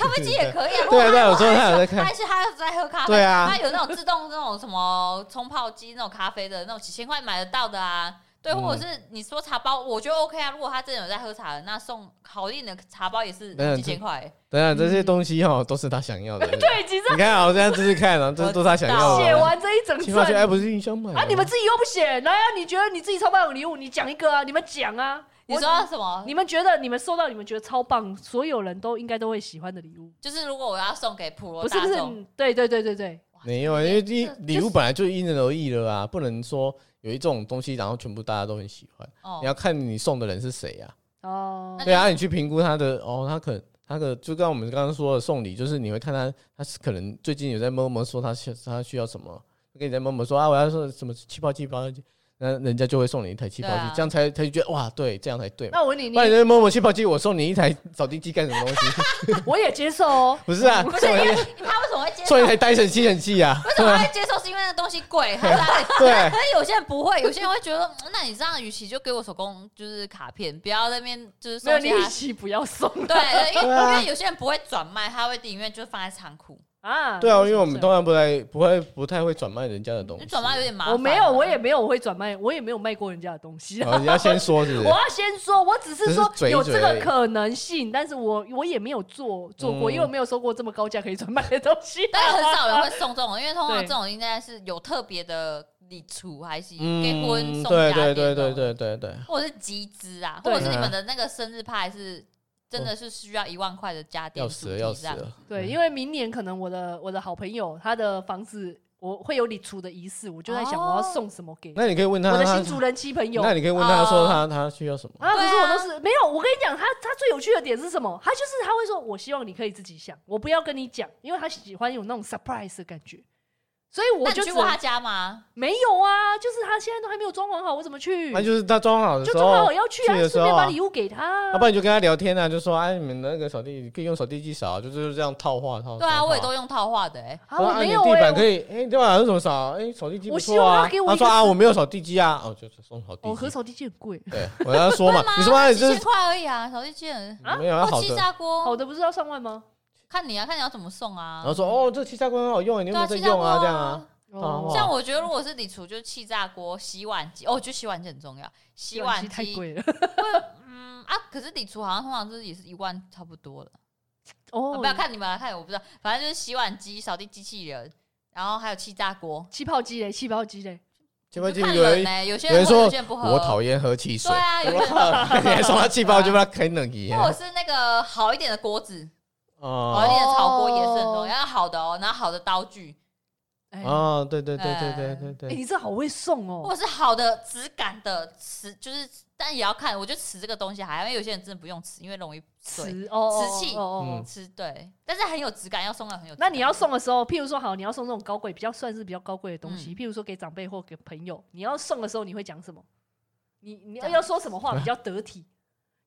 C: 咖啡机也可以啊。
A: 对啊，对啊，
C: 我
A: 我说他有在看
C: <laughs> 但，是他有在喝咖啡，
A: 对啊
C: 他有那种自动那种什么冲泡机那种咖啡的那种几千块买得到的啊。对，
A: 嗯
C: 或者是你说茶包，我觉得 OK 啊。如果他真的有在喝茶的，那送好一点的茶包也是
A: 嗯
C: 几千块。
A: 等等这些东西哦，都是他想要的。
B: 对，其实
A: 你看啊，我这样就是看啊，这是都是他想要
C: 哦
A: 的。
B: 写完这一
C: <laughs>
B: 整
A: 气泡
B: 串
A: 圈哎，不是你想买的吗
B: 啊，你们自己又不写，来啊，你觉得你自己超棒有礼物，你讲一个啊，你们讲啊，
C: 你
B: 我
C: 说什么？
B: 你们觉得你们收到你们觉得超棒，所有人都应该都会喜欢的礼物，
C: 就是如果我要送给普
B: 不
C: 罗
B: 是
C: 大
B: 不是？
C: 众，
B: 嗯对对对对对，
A: 没有，啊，因为
C: 这
A: 一
C: 这
A: 礼物本来就因人而异了啊，不能说有一种东西，然后全部大家都很喜欢。
C: 哦
A: 你要看你送的人是谁啊？
B: 哦
C: 那，
A: 对啊，你去评估他的哦，他可他可就刚我们刚刚说的送礼，就是你会看他他是可能最近有在摸摸说他需他需要什么，跟你在摸摸说啊我要说什么气泡机气泡机，那人家就会送你一台气泡机，
C: 对啊
A: 这样才才觉得哇对，这样才对嘛。
B: 那我问你，你
A: 不然人家摸摸气泡机，我送你一台扫地机干什么东西？<laughs>
B: <laughs> 我也接受哦，
A: 不是啊，送一台
C: 他为什么会接受？
A: 送一
C: 为
A: 台单神吸尘器啊，
C: 什么会接受？是因为那东西
A: <laughs>
C: 贵，他才会。
A: 对
C: 可。是有些人不会，有些人会觉得，嗯那你这样，与其就给我手工就是卡片，不要在那边就
B: <laughs>
C: 是
B: 没有你
C: 送其
A: <laughs>
B: 一
C: 他。
B: 起不要送
C: 对，对因为
A: 对啊
C: 因为有些人不会转卖，他会宁愿就放在仓库。
B: <laughs> 啊，
A: 对啊，因为我们
B: 是
A: 通常不太不会不太会转卖人家的东西。
C: 你转卖有点麻烦啊。
B: 我没有，我也没有，我会转卖，我也没有卖过人家的东西啊。
A: 哦，你要先说是不
B: 我
A: 是？
B: 要先说，我只是说
A: 只是嘴一
B: 有
A: 嘴
B: 这
A: 而
B: 个
A: 已
B: 可能性，但是我我也没有做做过，
A: 嗯
B: 因为我没有收过这么高价可以转卖的东西。<laughs>
C: <laughs> 但很少人会送这种，因为通常
B: 对
C: 这种应该是有特别的礼处，还是
A: 嗯
C: 结婚送
A: 对
C: 家
A: 对对
C: 电
A: 对
C: 那种，
A: 对对对。
C: 或者是集资啊，或
B: 对
C: 者是你们的那个生日派是真的是需要一万块的家电
A: 哦要
C: 主
A: 死了
C: 题
A: 要
C: 这
A: 死
C: 样。
A: 了！
B: 对，因为明年可能我的我的好朋友他的房子我会有礼出的仪式，我就在想
C: 哦
B: 我要送什么给
A: 那你可以问他，
B: 我的
A: 他
B: 新主人妻朋友。
A: 那你可以问他说
C: 哦
A: 他他需要什么？
B: 啊！可是
C: 对
B: 我
C: 啊
B: 都是没有。我跟你讲，他他最有趣的点是什么？他就是他会说，我希望你可以自己想，我不要跟你讲，因为他喜欢有那种 surprise 的感觉。所以我
C: 那你
B: 就只
C: 去过他家吗？
B: 没有啊，就是他现在都还没有装潢好，我怎么去？
A: 那就是他装好的
B: 就
A: 时
B: 装潢
A: 候
B: 好，要去啊，
A: 去的
B: 顺
A: 时候
B: 便
A: 啊
B: 把礼物给他。
A: 要不然你就跟他聊天啊，就说哎，你们那个扫地可以用扫地机扫啊，就是这样套话套。
C: 对啊，
A: 套话
C: 我也都。用套话的哎。
B: 啊，
A: 说
B: 我
A: 啊，
B: 没
A: 你
B: 有
A: 地
B: 哎
A: 板可以，哎，对吧？用什么扫？哎，扫地机不
B: 我希
A: 错
B: 望
A: 啊。
B: 他给我
A: 他
B: 一
A: 说
B: 个
A: 啊，我没有扫地机啊，哦，就是送扫
B: 我
A: 地
B: 哦，可是
A: 机。
B: 扫地机很贵，
A: 对，我要说
C: <laughs>
A: 嘛，你说嘛，
C: 对
A: 你
C: 吗？
A: 这
C: 几千块而已啊，手机机人
B: 啊
A: 没有要
C: 或
A: 好
C: 哦气
A: 的。
C: 炸
B: 好
C: 锅，
B: 的不是要上万吗？
C: 看你啊，看你要怎么送啊
A: 然。后说哦，这气炸锅很好用，你有
C: 对
A: 没有
C: 啊，
A: 在
C: 气炸
A: 用
C: 锅
A: 啊？这样啊。哦
C: 像我觉得，如果是你厨，就是气炸锅、洗碗机。哦，我觉得洗碗机很重要。洗碗
B: 机太
C: 机，
B: 贵了。
C: 嗯啊，可是你厨好像通常就是也是一万差不多了。
B: 哦
C: 啊，不要看你们啊，看我不知道，反正就是洗碗机、扫地机器人，然后还有气炸锅。
B: 气泡机嘞，气泡机嘞，
A: 气泡机
C: 就看
A: 有人
C: 人呢，有些
A: 有人
C: 人会，
A: 说
C: 有些人不喝。
A: 我讨厌喝汽水 <laughs>
C: 对，啊，有些人 <laughs> 哦
A: 你还送他气泡就把它开冷一样
C: 或者是那个好一点的锅子，哦，
A: 啊
C: 你的炒锅也是很重要，要好的哦，然后好的刀具，
B: 哎、
A: 啊，对对对对对对
B: 哎
A: 对，
B: 你这好会送哦
C: 或。者是好的质感的瓷，就是但也要看，我觉得瓷这个东西还好，因为有些人真的不用瓷，因为容易碎。
B: 瓷哦，
C: 瓷器
B: 哦哦哦
A: 嗯
C: 吃对，但是很有质感，要送的很有质感。
B: 那你要送的时候，譬如说好，你要送这种高贵，比较算是比较高贵的东西，
C: 嗯
B: 譬如说给长辈或给朋友，你要送的时候你会讲什么？你你要
C: 讲
B: 要说什么话比较得体？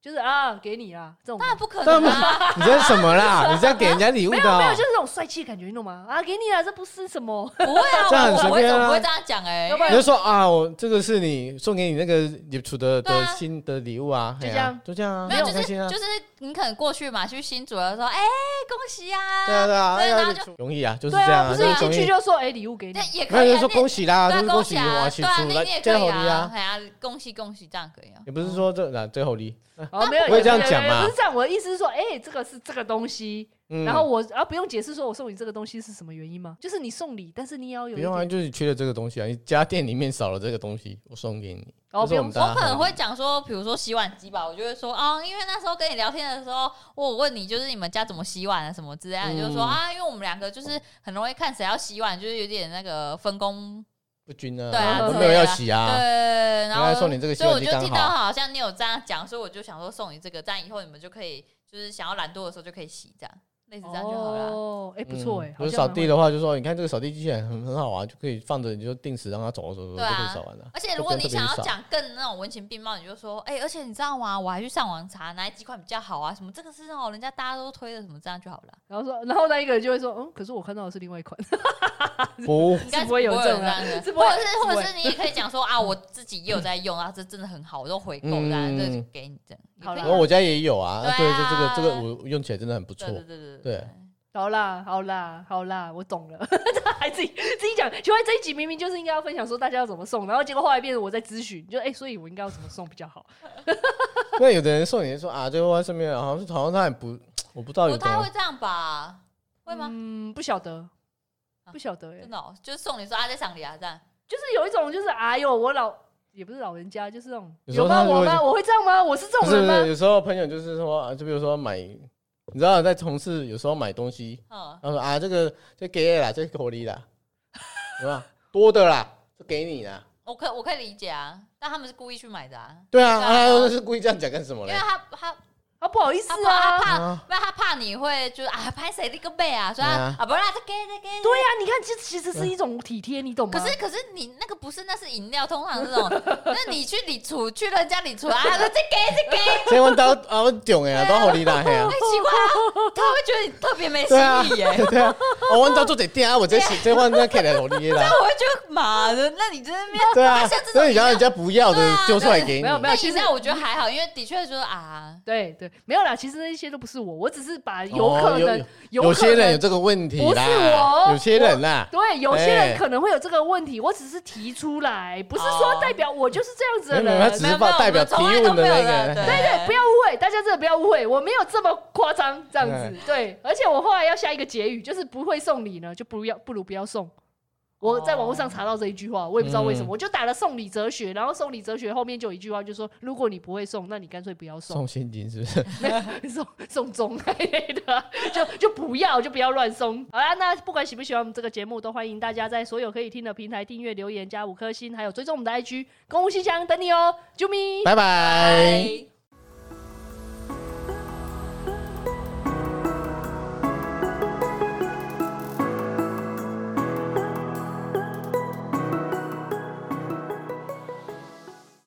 B: 就是啊，给你啦，这种
C: 当然不可
A: 但
C: 能啊！
A: 你这是什么
C: <laughs>
A: 啦？你这样给人家礼物
B: 没
A: 的
B: 有没有，
A: 啊
B: 就是？那种帅气的感觉，你懂吗？啊，给你啦，这不是什么，
C: 不会啊，
A: 这样很
C: 我
A: 随
C: 我为
A: 便啊
C: 什么不会这样讲？哎，
B: 要不然
A: 你就说啊，我这个是你送给你那个你楚的
C: 对
A: 的
C: 啊
A: 新的礼物啊，
B: 就
A: 嘿啊
B: 这样
A: 就这样啊，
C: 没有，就
A: 很开
C: 是
A: 心啊，
C: 就是你可能过去嘛，去新主要说，哎，恭喜啊！
A: 对啊对啊，哎
C: 对，然后
A: 呀
C: 就，
A: 容易啊，就是
B: 对
A: 这样
B: 啊，
A: 啊，
B: 不
A: 就是
B: 一
A: 容
B: 进去
A: 易。
B: 就说哎，礼物给你
C: 那，也可
A: 那
C: 以
A: 就
C: 啊，
A: 说恭
C: 喜
A: 喜啦，
C: 对
A: 就是
C: 啊，
A: 恭
C: 恭
A: 喜
C: 啊，
A: 我喜
C: 对啊，
A: 出
C: 那
A: 来
C: 你也，可
A: 这
C: 以
A: 好利
C: 啊，
A: 啊，
C: 哎呀，恭喜恭喜，这样可以啊。
A: 也不是说这哪最好利，
B: 哦，没有，
A: 不会这样
B: 有有有
A: 讲嘛
B: 不是这样，我的意思是说，哎，这个是这个东西，
A: 嗯，
B: 然后我啊不用解释说我送你这个东西是什么原因吗？就是你送礼，但是你也要有
A: 不
B: 一
A: 用啊，
B: 点
A: 就是缺了这个东西啊，你家店里面少了这个东西，我送给你，这
B: 哦，不
A: 是我
B: 用
A: 们
B: 说
A: 大
C: 我
A: 家
C: 可能
A: 合
C: 会
A: 力
C: 讲说，比如说洗碗机吧，我就会说啊，因为那时候跟你聊天的时候，我有问你就是你们家怎么洗碗啊什么之类的，你就说
A: 嗯
C: 啊，因为我们两个就是很容易看谁要洗碗，就是有点那个分工
A: 不均啊，
C: 对啊
A: 都
B: 对
A: 没有要
C: 啊
A: 洗啊，
C: 对，然后
A: 原来送你这个洗
C: 所以
A: 碗
C: 我
A: 机
C: 就
A: 刚
C: 听
A: 好
C: 到好像你有这样讲，所以我就想说送你这个，这样以后你们就可以就是想要懒惰的时候就可以洗，这样类似这样就好了。
B: 哦，哎，不错哎，
A: 不是
B: 好像
A: 嗯扫
B: 蛮
A: 地
B: 会
A: 的话，就说你看这个扫地机器人很很好啊，就可以放着，你就定时让它走走走走就
C: 对啊
A: 可以扫完
C: <laughs>
A: 了。
C: 而且如果你想要讲更那种文情并茂，你就说，哎、而且你知道吗？我还去上网查哪几款比较好啊，什么这个是哦，人家大家都推的，什么这样就好了。
B: 然后说，然后那一个人就会说，嗯，可是我看到的是另外一款， <laughs>
A: 不
C: 应该是
B: 不会有这种
C: 这
B: 啊
C: 样的，
B: 是不
C: 或
B: 会
C: 者是
B: 不会
C: 或者是你也可以讲说啊，我自己也有在用啊，这真的很好，我都回购的啊，
A: 嗯
C: 这就给你这样。
B: 好啦
A: 然后我家也有啊，
C: 对啊
A: 对对，这个这个我用起来真的很不错
C: 对。啊对对对
A: 对
B: 好啦，好啦，好啦，我懂了， <laughs> 还自己自己讲。请问这一集明明就是应该要分享说大家要怎么送，然后结果后来变成我在咨询，就哎、所以我应该要怎么送比较好？
A: 那有的人送你说啊，这个放在上面，好像好像他也
C: <laughs>
A: 不，我不知道有
C: 不
A: 多
C: 哦太会这样吧？会吗？
B: 嗯，不晓得，
C: 啊
B: 不晓得哎、
C: 真的哦，就是送你说啊，在赏里啊这样。
B: 就是有一种就是哎呦，我老也不是老人家，就是那种
A: 有时候
B: 有吗？
A: 他就会
B: 我吗？我会这样吗？我是这
A: 不
B: 种
A: 是
B: 人
A: 不
B: 吗
A: 是，？有时候朋友就是说，啊就比如说买，你知道在同事有时候买东西，
C: 嗯，
A: 他说啊，这个这给啦，这口里啦，是吧？多的啦，就给你啦。
C: 我可我可以理解啊，但他们是故意去买的啊，
A: 对啊，
C: 对
A: 啊，
C: 啊
A: 他是故意这样讲干什么
C: 因
A: 嘞
C: 为？他他
B: 啊，不好意思
C: 他怕他
B: 啊。
A: 啊
C: 怕，因为他怕你会就是啊拍谁的一个背啊，说啊
A: 啊
C: 啊不是啊，这给这给。
B: 对呀、你看，这其实是一种体贴，你懂吗？
C: 可是可是你那个不是，那是饮料，通常这种， <laughs> 那你去理厨去人家理厨啊，他说这给这给，
A: 这问到啊，我囧哎，都好你啦，嘿啊
C: 太。奇怪啊，他会觉得你特别没心
A: 对啊，
C: 意耶、
A: 对啊，我问到做这店啊，我这是这换那开来头你啦，
C: 我会觉得妈的，那你真的面
A: 对啊
C: 像这，种
A: 所以你要人家不要
C: 对
A: 的
C: 啊
A: 丢出来给你，
B: 没有没有
C: 那
B: 其
C: 饮
B: 实
C: 料我觉得还好，因为的确就是啊，
B: 对对，没有啦，其实那些都不是我，我只是把有可
A: 哦
B: 能、
A: 有
B: 可
A: 些
B: 能
A: 人有这个问题啦，
B: 不是我
A: 有些人啦，
B: 对，有些人
A: 哎
B: 可能会有这个问题，我只是提出来，不是说
C: 哦
B: 代表我就是这样子的
A: 没有没有他
B: 人
A: 只。
C: 没有
A: 是
C: 没有
A: 把代表
C: 我们从来
A: 提问的
C: 都没有
A: 那个人
C: 的
B: 对对，不要误会，大家真的不要误会，我没有这么夸张，这样子。对，而且我后来要下一个结语，就是不会送礼呢，就不要，不如不要送。我在网络上查到这一句话，我也不知道为什么，
A: 嗯
B: 我就打了送礼哲学，然后送礼哲学后面就有一句话，就说如果你不会送，那你干脆不要
A: <laughs>
B: 送，
A: 送现金是不是？
B: <laughs> 送送钟之类的，就就不要，就不要乱送。好啦，那不管喜不喜欢我们这个节目，都欢迎大家在所有可以听的平台订阅、留言、加五颗星，还有追踪我们的 IG，公务信箱等你哦，啾咪。
A: 拜拜。
C: 哎